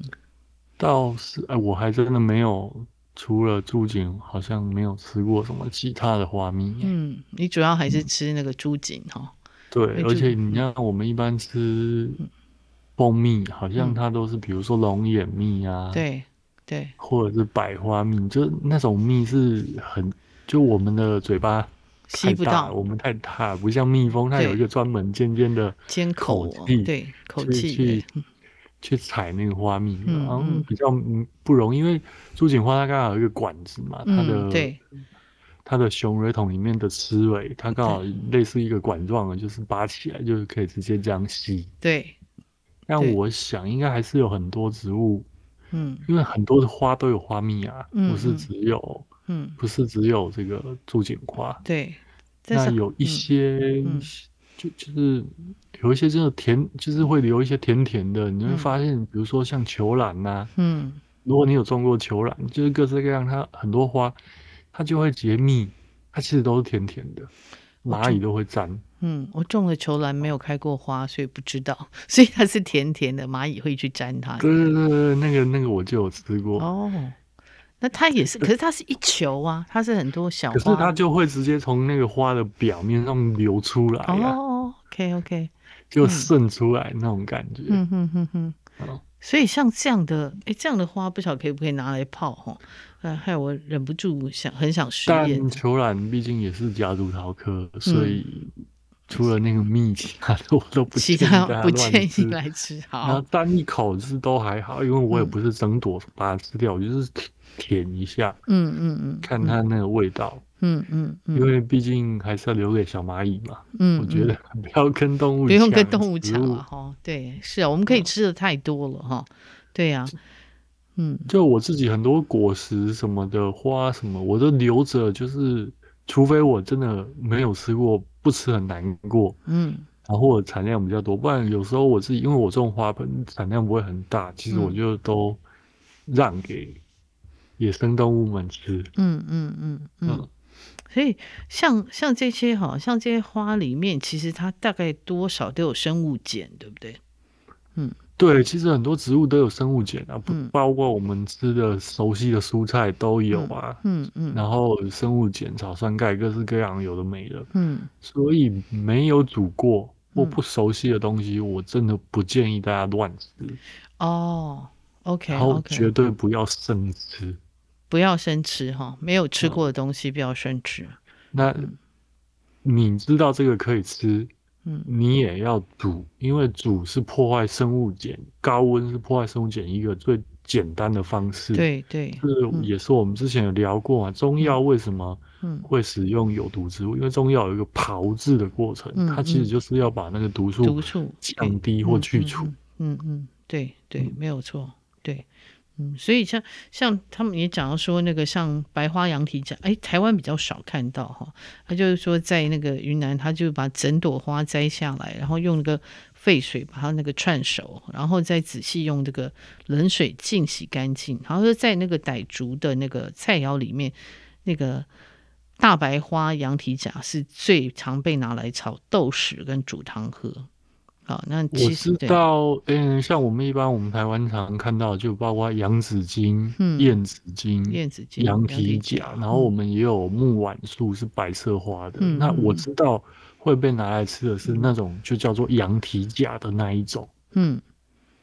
S2: 倒是哎，我还真的没有，除了猪颈，好像没有吃过什么其他的花蜜耶。
S1: 嗯，你主要还是吃那个猪颈哈。
S2: 对，
S1: 猪
S2: 而且你看，我们一般吃蜂蜜，好像
S1: 嗯
S2: 它都是比如说龙眼蜜啊，，
S1: 对对，
S2: 或者是百花蜜，就那种蜜是很，就我们的 嘴巴。
S1: 吸不到
S2: 我们太大，不像蜜蜂，它
S1: 对
S2: 有一个专门尖尖的
S1: 尖口
S2: 口
S1: 哦，
S2: 气
S1: 对口
S2: 去
S1: 气
S2: 去
S1: 对，
S2: 去采那个花蜜，
S1: 嗯
S2: 然后
S1: 嗯
S2: 比较嗯不容易，因为朱槿花它刚好有一个管子嘛，它
S1: 嗯
S2: 的
S1: 对，
S2: 它的雄蕊桶里面的雌蕊，它刚好类似一个管状的，啊就是拔起来就是可以直接这样吸。
S1: 对，
S2: 但
S1: 对
S2: 我想应该还是有很多植物，
S1: 嗯
S2: 因为很多的花都有花蜜啊，
S1: 嗯
S2: 不是
S1: 嗯
S2: 只有
S1: 嗯
S2: 不是只有这个朱槿花，
S1: 对，但
S2: 那
S1: 是
S2: 有一
S1: 嗯
S2: 些
S1: 嗯
S2: 就就是有一些真的甜，就是会留一些甜甜的。你会
S1: 嗯
S2: 发现，比如说像球兰啊呐、
S1: 嗯
S2: 如果你有种过球兰，就是各式各样，它很多花，它就会结蜜，它其实都是甜甜的，蚂蚁都会沾。
S1: 嗯，我种了球兰没有开过花，所以不知道， 所以它是甜甜的，蚂蚁会去沾它。
S2: 对对对对，那个那个我就有吃过，
S1: 哦，那它也是，可是它是一球啊，它是很多小
S2: 可是
S1: 花。
S2: 它就会直接从那个花的表面上流出来啊呀、
S1: 哦，OK OK，
S2: 就渗出来那种感觉。
S1: 嗯哼哼哼。
S2: 哦
S1: 所以像这样的，哎，这样的花不晓得可以不可以拿来泡哈？呃，害我忍不住想很想实验
S2: 但
S1: 的。
S2: 球兰毕竟也是夹竹桃科，
S1: 嗯
S2: 所以除了那个蜜，其他的我都不
S1: 其
S2: 建议
S1: 他
S2: 大家
S1: 不
S2: 乱
S1: 建议
S2: 吃
S1: 来 吃，
S2: 然后
S1: 好，
S2: 单一口是都还好，因为我也
S1: 嗯
S2: 不是整朵把它吃掉，我就是舔一下，
S1: 嗯嗯嗯，
S2: 看它那个味道，
S1: 嗯，嗯嗯
S2: 因
S1: 嗯，
S2: 为毕竟还是要留给小蚂蚁嘛。
S1: 嗯，
S2: 我觉得 不嗯要跟动物
S1: 不用
S2: 抢
S1: 跟动物
S2: 食
S1: 抢
S2: 物
S1: 了哈。对，是啊，我们
S2: 嗯
S1: 可以吃的太多了哈。对呀、嗯
S2: 就我自己很多果实什么的花什么，我都留着，就是除非我真的没有吃过，不吃很难过，
S1: 嗯
S2: 然后我产量比较多，不然有时候我自己因为我种花盆产量不会很大，其实
S1: 嗯
S2: 我就都让给野生动物们吃。
S1: 嗯嗯嗯嗯
S2: 嗯。
S1: 所以像像这些哈，像这些花里面，其实它大概多少都有生物碱，对不对？
S2: 对，其实很多植物都有生物碱啊，不
S1: 嗯
S2: 包括我们吃的熟悉的蔬菜都有啊。
S1: 嗯嗯
S2: 然后生物碱、草酸钙，各式各样有的没的，
S1: 嗯
S2: 所以没有煮过或
S1: 嗯
S2: 不熟悉的东西，我真的不建议大家乱吃，
S1: 哦，OK
S2: 然后
S1: OK，
S2: 绝对不要生吃。
S1: 不要生吃哈，没有吃
S2: 嗯
S1: 过的东西不要生吃。
S2: 那
S1: 嗯
S2: 你知道这个可以吃，
S1: 嗯
S2: 你也要煮，因为煮是破坏生物碱，高温是破坏生物碱一个最简单的方式。，
S1: 对对，嗯
S2: 是也是我们之前有聊过嘛，中药为什么
S1: 嗯
S2: 会使用有毒植物？因为中药有一个炮制的过程，
S1: 嗯
S2: 它其实
S1: 嗯
S2: 就是要把那个毒素
S1: 毒素
S2: 降低或去除。
S1: 嗯嗯嗯嗯，对对，没有错，对。嗯，所以像像他们也讲到说，那个像白花羊蹄甲，哎，台湾比较少看到哈。他就是说，在那个云南，他就把整朵花摘下来，然后用那个沸水把它那个串熟，然后再仔细用这个冷水浸洗干净。然后就在那个傣族的那个菜肴里面，那个大白花羊蹄甲是最常被拿来炒豆豉跟煮汤喝。好，那
S2: 我
S1: 其实
S2: 知
S1: 对
S2: 道，嗯，像我们一般我们台湾常看到，就包括羊脂精、
S1: 嗯
S2: 燕子精、
S1: 燕子精、
S2: 羊蹄甲，然后我们也有木碗树是白色花的。
S1: 嗯
S2: 那我
S1: 嗯
S2: 知道会被拿来吃的是那种就叫做羊蹄甲的那一种。
S1: 嗯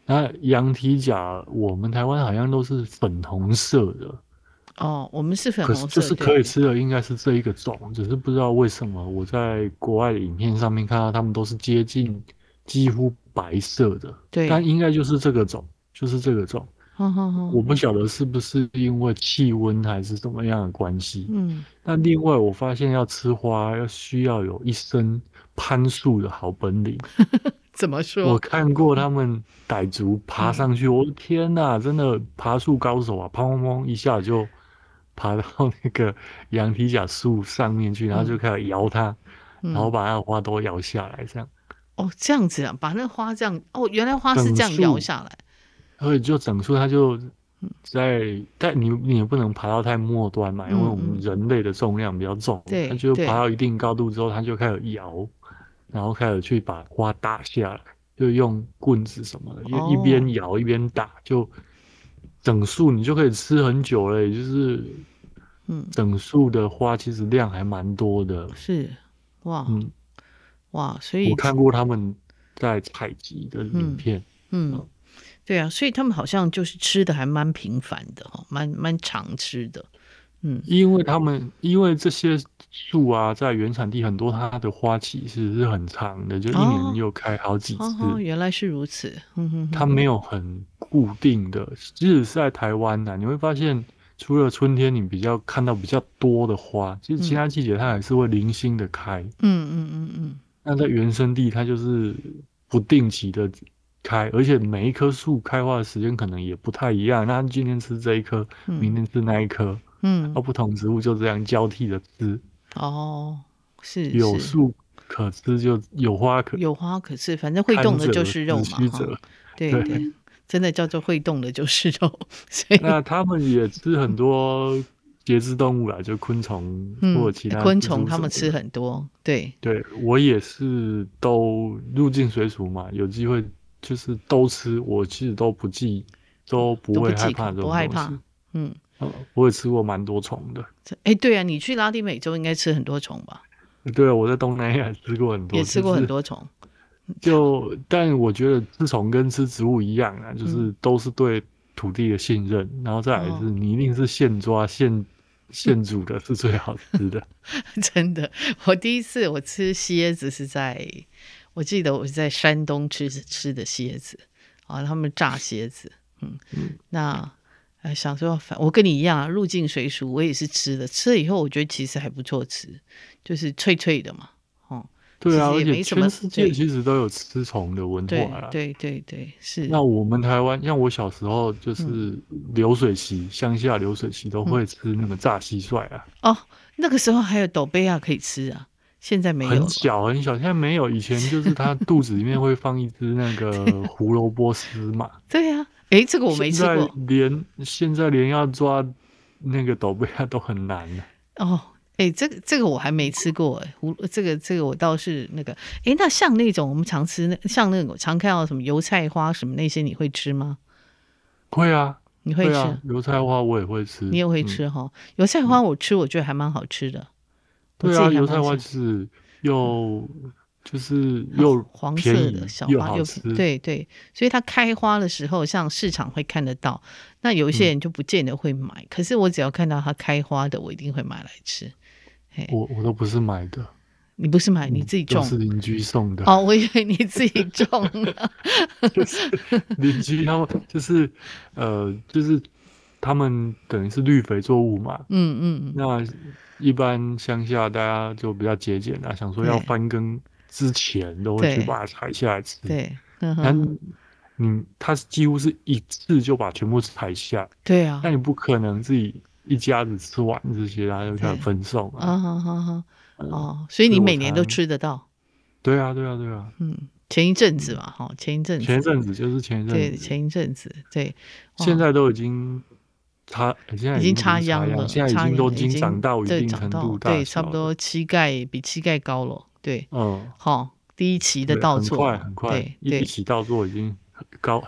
S2: 那羊蹄甲我们台湾好像都是粉红色的，
S1: 哦，我们是粉
S2: 可
S1: 红色，
S2: 是就是
S1: 对
S2: 可以吃的应该是这一个种，只是不知道为什么我在国外的影片上面看到他们都是接近几乎白色的，
S1: 对，哦
S2: 但应该就是这个种，就是这个种。
S1: 好好好，
S2: 我不晓得是不是因为气温还是什么样的关系。
S1: 嗯
S2: 那另外，我发现要吃花要需要有一身攀树的好本领。
S1: 怎么
S2: 我
S1: 说？
S2: 看过他们傣族爬上去，我的天呐，真的爬树高手啊！砰砰砰一下就爬到那个羊蹄甲树上面去，然后就开始摇它，
S1: 嗯
S2: 然后把它的花都摇下来，这样，
S1: 哦，这样子啊，把那花这样哦，原来花是
S2: 整
S1: 这样摇
S2: 束
S1: 下来，
S2: 所以就整树它就
S1: 嗯
S2: 在，但你你也不能爬到太末端嘛，因为
S1: 嗯
S2: 我们
S1: 嗯
S2: 人类的重量比较重，
S1: 对
S2: 它就
S1: 对
S2: 爬到一定高度之后，它就开始摇，然后开始去把花打下来，就用棍子什么的，
S1: 哦
S2: 一一边摇一边打，就整束你就可以吃很久了，也就是
S1: 嗯，
S2: 整束的花其实量还蛮多的，
S1: 是，哇、
S2: 嗯，
S1: 哇，所以
S2: 我看过他们在采集的影片，
S1: 嗯，对啊，所以他们好像就是吃的还蛮频繁的哈，蛮蛮常吃的，嗯
S2: 因为他们因为这些树啊，在原产地很多，它的花期其实是很长的，就一
S1: 哦
S2: 年又开好几次。
S1: 哦哦，原来是如此，嗯哼
S2: 它
S1: 哼，
S2: 嗯没有很固定的，即使是在台湾呐、你会发现，除了春天你比较看到比较多的花，其实其
S1: 嗯
S2: 他季节它还是会零星的开。
S1: 嗯嗯嗯嗯，
S2: 那在原生地，它就是不定期的开，而且每一棵树开花的时间可能也不太一样。那今天吃这一棵，
S1: 嗯
S2: 明天吃那一棵，
S1: 嗯
S2: 那、不同植物就这样交替的吃。
S1: 哦，是
S2: 有
S1: 是
S2: 树可吃就有花可
S1: 有花可是反正会动的就是肉嘛
S2: 堪，折直
S1: 哈
S2: 须折
S1: 对
S2: 对
S1: 对，真的叫做会动的就是肉，所以
S2: 那他们也吃很多节肢动物啦，就昆虫或者
S1: 嗯
S2: 其，他
S1: 昆
S2: 蜘
S1: 虫
S2: 蛛
S1: 它们
S2: 什么
S1: 吃
S2: 的。
S1: 很多，对，
S2: 对我也是都入境随俗嘛，有机会就是都吃，我其实都不忌，都不
S1: 都
S2: 会
S1: 不
S2: 害
S1: 忌口，
S2: 怕这
S1: 不
S2: 种
S1: 害
S2: 东
S1: 怕
S2: 西。，
S1: 嗯，
S2: 嗯，我也吃过蛮多虫的。
S1: 这哎，对啊，你去拉丁美洲应该吃很多虫吧？
S2: 对，啊我在东南亚也吃过很多，
S1: 也吃
S2: 就
S1: 过很
S2: 是
S1: 多虫，
S2: 就但我觉得吃虫跟吃植物一样啊，就是
S1: 嗯
S2: 都是对土地的信任，然后再来
S1: 哦
S2: 是你一定是现抓现现煮的是最好 吃的。
S1: 真的。我第一次我吃蝎子是在，我记得我是在山东吃吃的蝎子，啊，他们炸蝎子，嗯，
S2: 嗯
S1: 那。呃，想说反我跟你一样啊，入境随俗，我也是吃的，吃了以后我觉得其实还不错吃，就是脆脆的嘛，哦，
S2: 对啊，
S1: 其
S2: 而
S1: 实也没
S2: 且
S1: 什么
S2: 全世界
S1: 对
S2: 其实都有吃虫的文
S1: 对
S2: 化啦。
S1: 对对对，是，
S2: 那我们台湾，像我小时候就是
S1: 嗯
S2: 流水席，乡下流水席都会吃那个炸蟋蟀啊，
S1: 哦，那个时候还有斗贝亚可以吃啊，现在没有
S2: 很
S1: 了。
S2: 小很小，现在没有。以前就是它肚子里面会放一只那个胡萝卜丝嘛，
S1: 对呀、啊，诶，这个我没吃
S2: 现在
S1: 过
S2: 连现在连要抓那个斗贝亚都很难了、
S1: 哦。诶，这个这个我还没吃过诶，胡这个这个我倒是那个诶，那像那种我们常吃那像那种常看到什么油菜花什么那些，你会吃吗？
S2: 会啊，
S1: 你会
S2: 会
S1: 吃，
S2: 啊，油菜花我也会吃，
S1: 你也会
S2: 嗯
S1: 吃哈、油菜花我吃，我觉得还蛮好吃的。我
S2: 对
S1: 自己
S2: 啊，
S1: 还
S2: 油
S1: 蛮
S2: 菜花
S1: 喜嗯
S2: 就是又就是又
S1: 黄
S2: 便
S1: 色
S2: 宜
S1: 的小
S2: 又
S1: 花
S2: 好
S1: 又
S2: 吃，，
S1: 对对，所以它开花的时候，像市场会看得到。那有一些
S2: 嗯
S1: 人就不见得会买，可是我只要看到它开花的，我一定会买来吃。嘿，
S2: 我我都不是买的，
S1: 你不是买，你
S2: 嗯
S1: 自己
S2: 都
S1: 种
S2: 是邻居送的，
S1: 哦？我以为你自己种了。
S2: 邻居他们就是呃就是他们等于是绿肥作物嘛，
S1: 嗯嗯嗯，
S2: 那一般乡下大家就比较节俭啊，想说要
S1: 对
S2: 翻耕之前都会去
S1: 对
S2: 把它采下来吃。，
S1: 对，嗯
S2: 但
S1: 哼，
S2: 你它是几乎是一次就把全部采下，
S1: 对啊
S2: 那，你不可能自己一家子吃完这些，然后就开始
S1: 对
S2: 分送啊。
S1: 啊哈哈哈，
S2: 嗯
S1: 哦，所以你
S2: 所以我
S1: 每年都
S2: 才
S1: 吃得到。
S2: 对啊，对啊，对啊。
S1: 嗯，前一阵子嘛，哈，前一阵子，
S2: 嗯前一阵子就是前一
S1: 对，
S2: 阵子，
S1: 前一阵子，对，哇
S2: 现在都已经插，现在
S1: 已经
S2: 不是
S1: 插
S2: 插
S1: 秧了，
S2: 现在已
S1: 插
S2: 经
S1: 秧
S2: 都
S1: 了
S2: 已经长到一
S1: 对
S2: 定
S1: 长
S2: 程
S1: 到
S2: 度大
S1: 对，差不
S2: 小
S1: 多
S2: 了。
S1: 膝盖比膝盖高了，对，
S2: 嗯，
S1: 好、第一期的
S2: 对
S1: 稻
S2: 很
S1: 作
S2: 快
S1: 嘛
S2: 很快，
S1: 对
S2: 一一
S1: 对，
S2: 起稻作已经很高，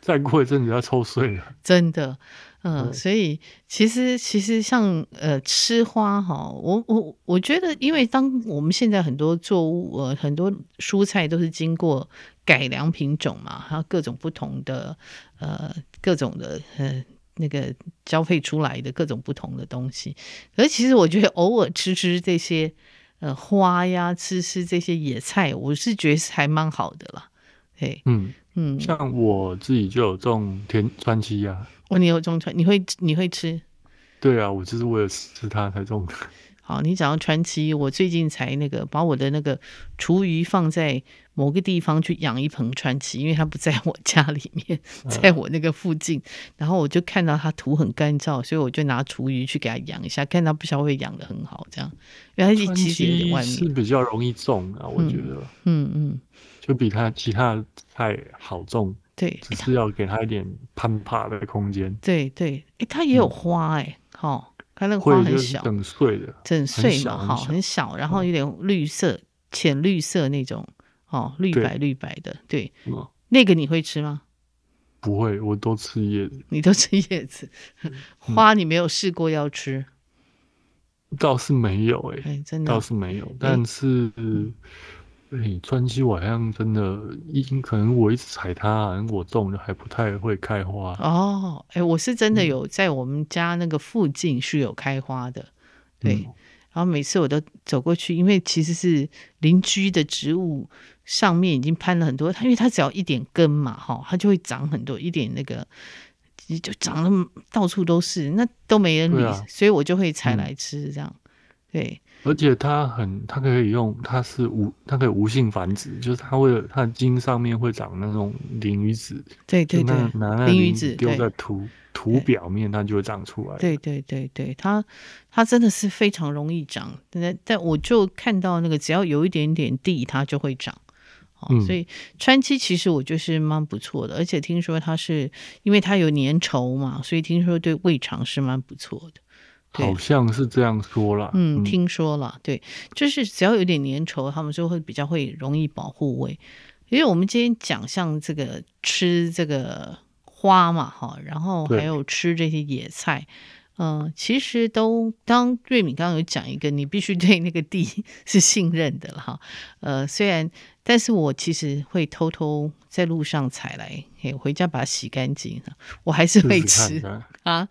S2: 再过一阵子要抽穗了。
S1: 真的，嗯、
S2: 对
S1: 所以其实其实像呃吃花哈，我我我觉得，因为当我们现在很多作物呃很多蔬菜都是经过改良品种嘛，还有各种不同的呃各种的呃那个交配出来的各种不同的东西，可是其实我觉得偶尔吃吃这些呃花呀，吃吃这些野菜，我是觉得是还蛮好的啦，对，
S2: 嗯，
S1: 嗯，
S2: 像我自己就有种甜川崎啊，
S1: 我哦你有中传，你会你会吃。
S2: 对啊，我就是为了吃它才种的。
S1: 好，你讲到川崎，我最近才那个把我的那个厨余放在某个地方去养一盆川崎，因为它不在我家里 面，
S2: 嗯
S1: 在我那个附近。然后我就看到它土很干燥，所以我就拿厨余去给它养一下，看它不晓得会养的很好这样。因为它
S2: 川
S1: 其实有
S2: 崎
S1: 点外
S2: 是
S1: 面，
S2: 比较容易种啊，我觉得、
S1: 嗯嗯，
S2: 就比它其他的菜好种，
S1: 对
S2: 只是要给它一点攀爬的空间。
S1: 对对，诶，它也有花诶，好、它那个花
S2: 嗯会就
S1: 很
S2: 是
S1: 小，
S2: 等穗的，
S1: 整穗
S2: 小
S1: 嘛，好，
S2: 很小嗯
S1: 很小，然后有点绿色、浅绿色那种，哦，绿
S2: 对
S1: 白绿白的，对，
S2: 嗯，
S1: 那个你会吃吗？
S2: 不会，我都吃叶子，
S1: 你都吃叶子，
S2: 嗯
S1: 花你没有试过要吃，
S2: 倒是没有诶、
S1: 哎，真的
S2: 倒是没有，但是，哎、川西我好像真的，因可能我一直踩它，好像我种的还不太会开花。
S1: 哦，哎，我是
S2: 嗯
S1: 真的有在我们家那个附近是有开花的，对，
S2: 嗯
S1: 然后每次我都走过去，因为其实是邻居的植物上面已经攀了很多，它因为它只要一点根嘛，哈，它就会长很多一点那个，就长得到处都是，那都没人理，
S2: 对啊
S1: 所以我就会采
S2: 嗯
S1: 来吃这样。对，
S2: 而且它很，它可以用，它是无，它可以无性繁殖，就是它会有它的茎上面会长那种磷鱼子，
S1: 对对
S2: 就那
S1: 对，
S2: 拿那
S1: 磷鱼
S2: 磷
S1: 子
S2: 丢
S1: 对
S2: 在土土
S1: 对
S2: 表面，它就会长出来。
S1: 对对对对，它它真的是非常容易长，但但我就看到那个只要有一点点地，它就会长。哦
S2: 嗯
S1: 所以川崎其实我就是蛮不错的，而且听说它是因为它有粘稠嘛，所以听说对胃肠是蛮不错的。对
S2: 好像是这样说啦。
S1: 嗯，听说了，对，就是只要有点粘稠，他们就会比较会容易保护胃。因为我们今天讲像这个吃这个花嘛，哈，然后
S2: 对
S1: 还有吃这些野菜，嗯、其实都当瑞敏刚刚有讲一个，你必须对那个地 是信任的了哈。呃，虽然，但是我其实会偷偷在路上采来，嘿，回家把它洗干净，我还是会
S2: 试
S1: 吃
S2: 试看看，
S1: 啊。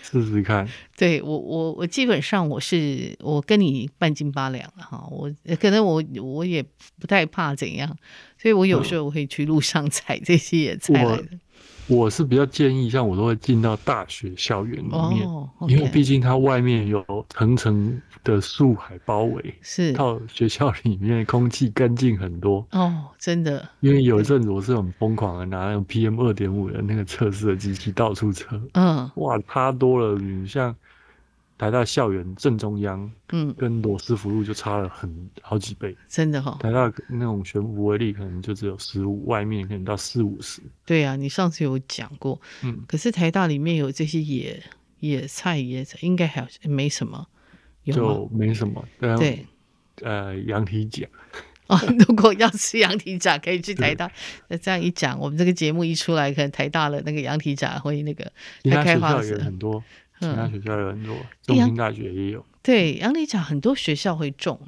S2: 试试看。
S1: 对我，我我基本上我是我跟你半斤八两了哈，我呃可能我我也不太怕怎样，所以我
S2: 嗯
S1: 有时候我会去路上 采这些野菜来的。
S2: 我是比较建议，像我都会进到大学校园里面，
S1: 哦
S2: 因为
S1: ，OK，
S2: 毕竟它外面有层层的树海包围，
S1: 是
S2: 到学校里面空气干净很多。
S1: 哦，真的
S2: 因为有一阵子我是很疯狂的拿那种 PM 二点五的那个测试的机器到处测，
S1: 嗯
S2: 哇，差多了！你像台大校园正中央
S1: 嗯，
S2: 跟罗斯福路就差了很好几倍，
S1: 真的哈、哦，
S2: 台大那种悬浮微粒可能就只有十五，外面可能到四五十。
S1: 对啊，你上次有讲过，
S2: 嗯，
S1: 可是台大里面有这些野野菜野菜，应该还好像没什么，有吗？
S2: 就没什么。但
S1: 对，
S2: 呃，羊蹄甲，
S1: 哦， 如果要吃羊蹄甲，可以去台大。那这样一讲，我们这个节目一出来，可能台大的那个羊蹄甲会那个
S2: 其他
S1: 开
S2: 学
S1: 花
S2: 校
S1: 的时
S2: 也
S1: 候
S2: 很多，其
S1: 嗯
S2: 他学校也很多，中
S1: 呀嗯
S2: 兴大学也有，
S1: 对羊蹄甲，很多学校会种。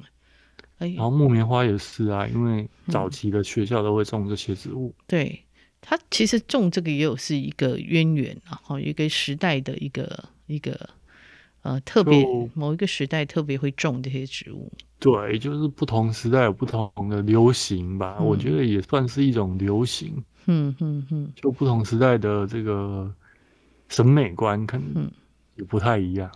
S1: 哎
S2: 然，后木棉花也是啊，因为
S1: 嗯
S2: 早期的学校都会种这些植物。
S1: 对，它其实种这个也有是一个渊源啊，然后一个时代的一个一个呃特别
S2: 就
S1: 某一个时代特别会种这些植物。
S2: 对，就是不同时代有不同的流行吧，我觉得也算是一种流行，
S1: 嗯嗯嗯，
S2: 就不同时代的这个审美观可能
S1: 嗯
S2: 也不太一样，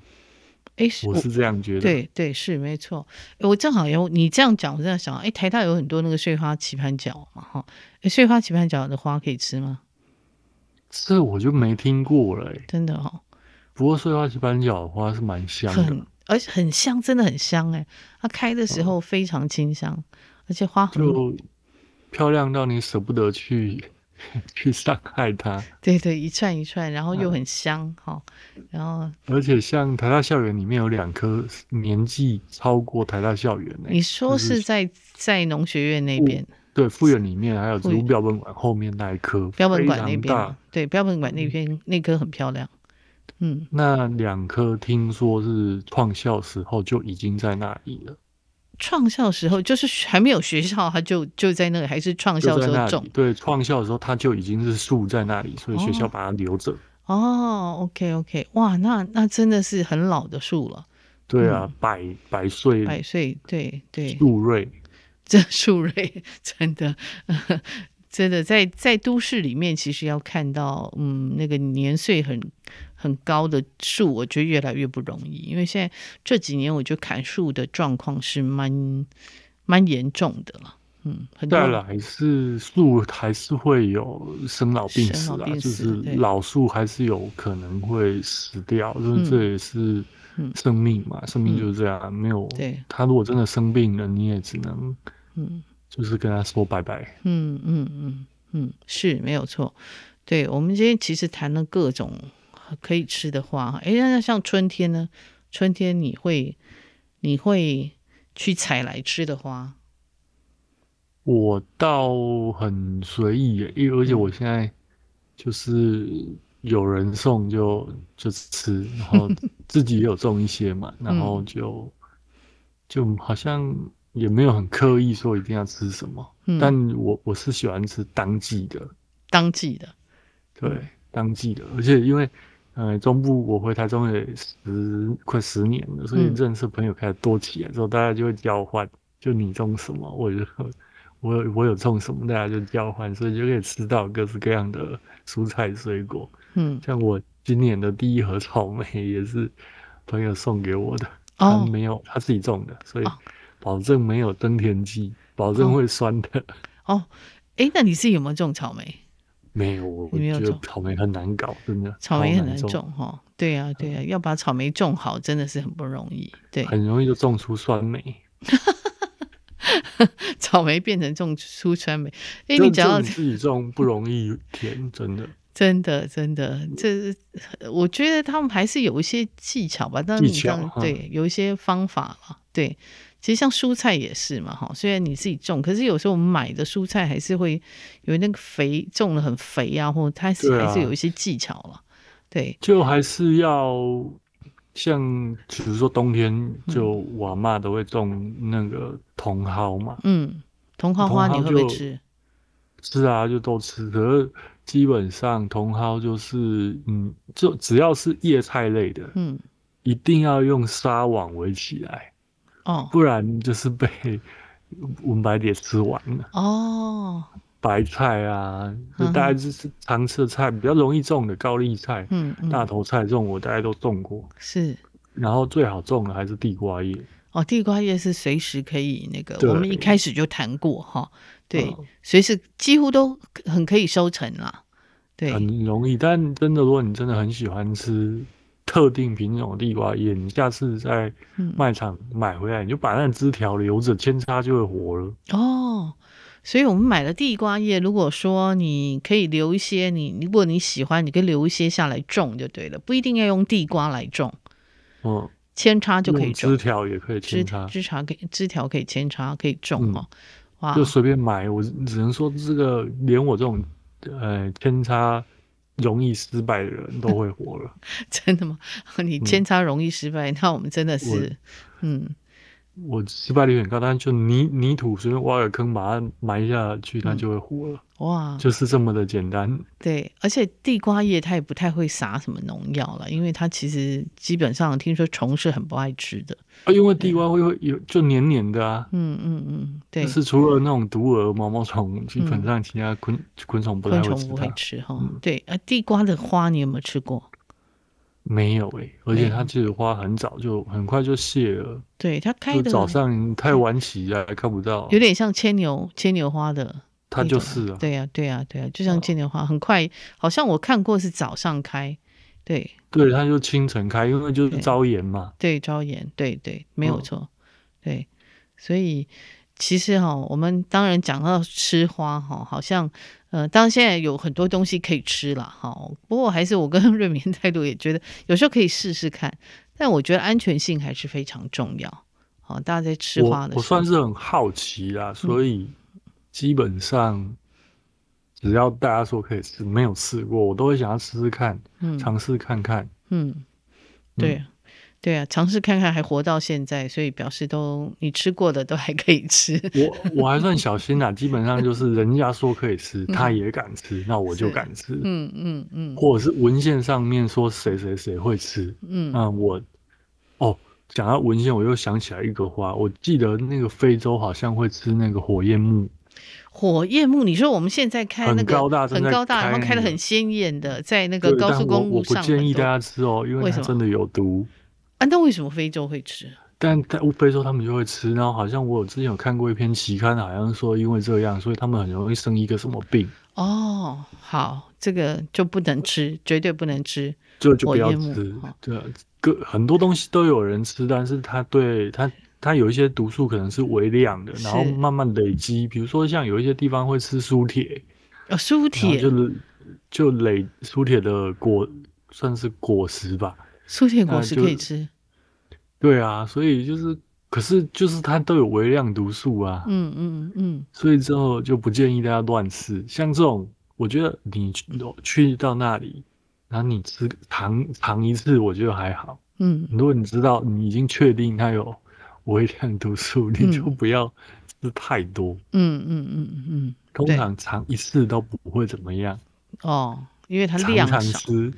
S1: 哎，
S2: 我
S1: 我
S2: 是这样觉得。
S1: 对对，是没错。诶我正好有你这样讲，我正在想，哎，台大有很多那个碎花棋盘角嘛，哈，哎，碎花棋盘角的花可以吃吗？
S2: 这我就没听过了、欸。
S1: 真的哦，
S2: 不过碎花棋盘角的花是蛮香的
S1: 很，而且很香，真的很香哎，它开的时候非常清香，而且花很
S2: 嗯就漂亮到你舍不得去 去伤害它。
S1: 对对一串一串，然后
S2: 嗯
S1: 又很香哈、然后
S2: 而且像台大校园里面有两棵年纪超过台大校园欸
S1: 你说
S2: 就是
S1: 是在在农学院那边，
S2: 对，复原里面还有
S1: 复
S2: 植物
S1: 原
S2: 标本馆后面那一棵，
S1: 标本
S2: 非
S1: 馆
S2: 常
S1: 那边
S2: 大嗯
S1: 嘛，。对，标本馆那边那棵很漂亮，嗯，
S2: 那两棵听说是创校时候就已经在那里了，
S1: 创校时候就是还没有学校，它就就在那里，还是创校
S2: 就
S1: 时
S2: 在
S1: 候
S2: 那
S1: 种
S2: 里。。对，创校的时候它就已经是树在那里，所以学校
S1: 哦
S2: 把它留着。
S1: 哦，OK OK，哇，那那真的是很老的树了，
S2: 对啊
S1: 嗯，
S2: 百百岁
S1: 百岁，嗯对对，
S2: 树瑞，
S1: 这树瑞真的。 真的在在都市里面，其实要看到嗯那个年岁很很高的树，我觉得越来越不容易。因为现在这几年，我觉得砍树的状况是蛮蛮严重的了。嗯，很多
S2: 再来是树还是会有生老病死
S1: 生老
S2: 啊，
S1: 病
S2: 就
S1: 死
S2: 是
S1: 对
S2: 老树还是有可能会死掉，就是这也是
S1: 嗯
S2: 生命嘛，生命就是这样，没有
S1: 对
S2: 它如果真的生病了，你也只能
S1: 嗯。
S2: 就是跟它说拜拜。
S1: 嗯嗯嗯嗯，是没有错。对我们今天其实谈了各种可以吃的花，哎，那像春天呢？春天你会你会去采来吃的花？
S2: 我倒很随意耶，因为而且我现在就是有人送就就吃，然后自己也有种一些嘛，然后就就好像也没有很刻意说一定要吃什么，
S1: 嗯，
S2: 但我我是喜欢吃当季的，
S1: 当季的，
S2: 对，当季的，而且因为。呃，中部我回台中也十快十年了，所以
S1: 嗯
S2: 认识朋友开始多起来之后，大家就会交换，就你种什么，我就我有我有种什么，大家就交换，所以就可以吃到各式各样的蔬菜水果。
S1: 嗯，
S2: 像我今年的第一盒草莓也是朋友送给我的，它
S1: 哦
S2: 没有，它自己种的，所以
S1: 哦
S2: 保证没有登田剂，保
S1: 哦
S2: 证会酸的。
S1: 哦，哎，那你自己有没有种草莓？
S2: 没有，我
S1: 你没有
S2: 觉得
S1: 种
S2: 草莓很难搞，真的，
S1: 草莓
S2: 超
S1: 很难
S2: 种，
S1: 种哈、哦，对呀、对呀、要把草莓种好真的是很不容易。对，
S2: 嗯很容易就种出酸梅。
S1: 草莓变成种出酸梅，哎，
S2: 就
S1: 你讲
S2: 就
S1: 到
S2: 你自己种不容易甜，真的
S1: 真的，真的，这我觉得他们还是有一些技巧吧。但
S2: 技
S1: 你刚
S2: 巧哈
S1: 对，有一些方法嘛。对，其实像蔬菜也是嘛，哈。虽然你自己种，可是有时候我们买的蔬菜还是会有那个肥，种了很肥啊，或者它是
S2: 对啊
S1: 还是有一些技巧了。对，
S2: 就还是要像，比如说
S1: 嗯
S2: 冬天就我妈都会种那个茼蒿嘛，
S1: 嗯，茼蒿
S2: 茼
S1: 花
S2: 蒿
S1: 你会不会
S2: 就
S1: 吃？
S2: 是啊，就都吃。可是基本上茼蒿就是，嗯，就只要是叶菜类的，
S1: 嗯，
S2: 一定要用纱网围起来，
S1: 哦
S2: 不然就是被 文白蝶吃完了。
S1: 哦，
S2: 白菜啊，就
S1: 嗯哼
S2: 大概就是常吃的菜，比较容易种的高丽菜、
S1: 嗯
S2: 大
S1: 嗯，
S2: 头菜这种，我大概都种过。
S1: 是
S2: 然后最好种的还是地瓜叶，
S1: 哦，地瓜叶是随时可以那个，
S2: 对
S1: 我们一开始就谈过哈，对
S2: 嗯，
S1: 随时几乎都很可以收成啦，对，
S2: 很容易。但真的，如果你真的很喜欢吃特定品种的地瓜叶，你下次在
S1: 嗯
S2: 卖场买回来，你就把那枝条留着，扦插就会活了。
S1: 哦，所以我们买了地瓜叶，如果说你可以留一些，你如果你喜欢，你可以留一些下来种就对了，不一定要用地瓜来种，
S2: 嗯，
S1: 扦插就可以
S2: 用枝
S1: 种，
S2: 条也可以扦
S1: 枝
S2: 插，
S1: 枝条可以枝条可以扦插可以种
S2: 嗯
S1: 哦，哇
S2: 就，随便买。我只能说，这个连我这种呃扦插容易失败的人都会活 了。
S1: 真的吗？哦你
S2: 嗯
S1: 扦插容易失败， 那我们真的是，嗯。
S2: 我失败率很高，但就泥泥土随便挖个坑把它埋下去，它
S1: 嗯
S2: 就会活了，
S1: 哇，
S2: 就是这么的简单。
S1: 对，而且地瓜叶它也不太会撒什么农药了，因为它其实基本上听说虫是很不爱吃的。
S2: 啊，因为地瓜会会有就黏黏的啊，
S1: 嗯嗯嗯，对
S2: 就，是除了那种毒蛾、毛毛虫，基
S1: 嗯
S2: 本上其他昆昆虫不太
S1: 昆
S2: 会
S1: 虫
S2: 吃
S1: 不
S2: 它嗯
S1: 会。吃哈。对，啊，地瓜的花你有没有吃过？
S2: 没有诶，而且
S1: 没
S2: 它
S1: 有
S2: 这个花很早就很快就谢了，
S1: 对，它开
S2: 就
S1: 的
S2: 早上太晚起来看不到
S1: 有，点像牵牛牵牛花的。
S2: 它就是啊，
S1: 对呀、对呀、对呀、就像牵牛花，很快，好像我看过是早上开，对
S2: 对，它就清晨开，因为就是
S1: 对
S2: 朝颜嘛。
S1: 对，朝颜，对对，没有
S2: 嗯
S1: 错，对，所以其实哈、我们当然讲到吃花哈、好像呃，当然现在有很多东西可以吃了哈、不过还是我跟 瑞明态度也觉得有时候可以试试看，但我觉得安全性还是非常重要。好、大家在吃花
S2: 我
S1: 的
S2: 我
S1: 时候嗯
S2: 算，是很好奇啊，所以基本上只要大家说可以吃，没有试过，我都会想要试试看，
S1: 嗯
S2: 尝试看看。
S1: 嗯，对。对啊，尝试看看，还活到现在，所以表示都你吃过的都还可以吃。
S2: 我我还算小心啦、基本上就是人家说可以吃，他也敢吃，那我就是敢吃，
S1: 嗯嗯嗯
S2: 或者是文献上面说谁谁谁会吃，
S1: 嗯，
S2: 那我哦，讲到文献，我又想起来一个花，我记得那个非洲好像会吃那个火焰木，
S1: 火焰木，你说我们现在开那
S2: 很
S1: 个
S2: 高大
S1: 很
S2: 正在
S1: 高大，然后
S2: 开
S1: 开的
S2: 那个
S1: 很鲜艳的，在那个
S2: 对，
S1: 高
S2: 但
S1: 速
S2: 我
S1: 公
S2: 我
S1: 路
S2: 不
S1: 上
S2: 建
S1: 很
S2: 议大
S1: 多。
S2: 家吃哦，因
S1: 为
S2: 为
S1: 什
S2: 它
S1: 么
S2: 真的有毒。
S1: 啊，那为什么非洲会吃？
S2: 但在非洲他们就会吃，然后好像我有之前有看过一篇期刊，好像说因为这样，所以他们很容易生一个什么病，
S1: 哦，好，这个就不能吃，绝对不能吃。
S2: 这就不要
S1: 火焰
S2: 吃
S1: 木好。
S2: 对啊，各很多东西都有人吃，但是它对它它有一些毒素可能是微量的，然后
S1: 是
S2: 慢慢累积，比如说像有一些地方会吃苏铁，
S1: 哦，苏
S2: 然后
S1: 铁
S2: 就，就累苏铁的果算是果实吧，
S1: 苏铁果
S2: 那
S1: 实
S2: 就
S1: 可以吃。
S2: 对啊，所以就是可是就是它都有微量毒素啊，
S1: 嗯嗯嗯，
S2: 所以之后就不建议大家乱吃。像这种，我觉得你去去到那里，然后你吃尝尝一次，我觉得还好。
S1: 嗯
S2: 如果你知道你已经确定它有微量毒素，
S1: 嗯
S2: 你就不要吃太多。
S1: 嗯嗯嗯嗯
S2: 通常尝一次都不会怎么样，
S1: 嗯，哦，因为它
S2: 常
S1: 量
S2: 常
S1: 少。
S2: 吃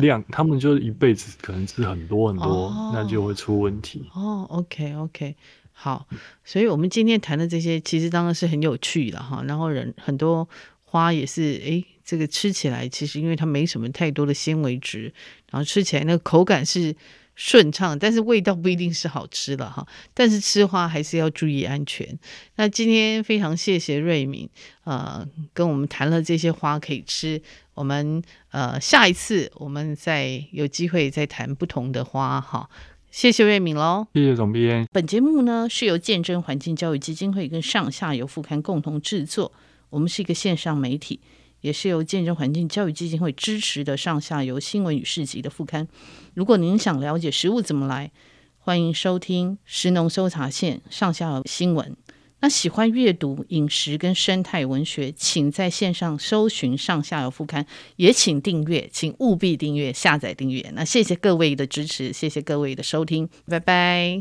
S2: 量，他们就一辈子可能吃很多很多，
S1: 哦
S2: 那就会出问题。
S1: 哦，OK OK，好，所以我们今天谈的这些，其实当然是很有趣了哈。然后人很多花也是，诶，这个吃起来其实因为它没什么太多的纤维质，然后吃起来那个口感是顺畅，但是味道不一定是好吃了哈。但是吃花还是要注意安全。那今天非常谢谢瑞敏，呃，跟我们谈了这些花可以吃。我们呃下一次我们再有机会再谈不同的花哈。谢谢瑞敏喽。
S2: 谢谢总编。
S1: 本节目呢是由见证环境教育基金会跟上下游副刊共同制作，我们是一个线上媒体，也是由见证环境教育基金会支持的上下游新闻与市集的副刊。如果您想了解食物怎么来，欢迎收听《食农搜查线》上下游新闻。那喜欢阅读饮食跟生态文学，请在线上搜寻上下游副刊，也请订阅，请务必订阅、下载订阅。那谢谢各位的支持，谢谢各位的收听，拜拜。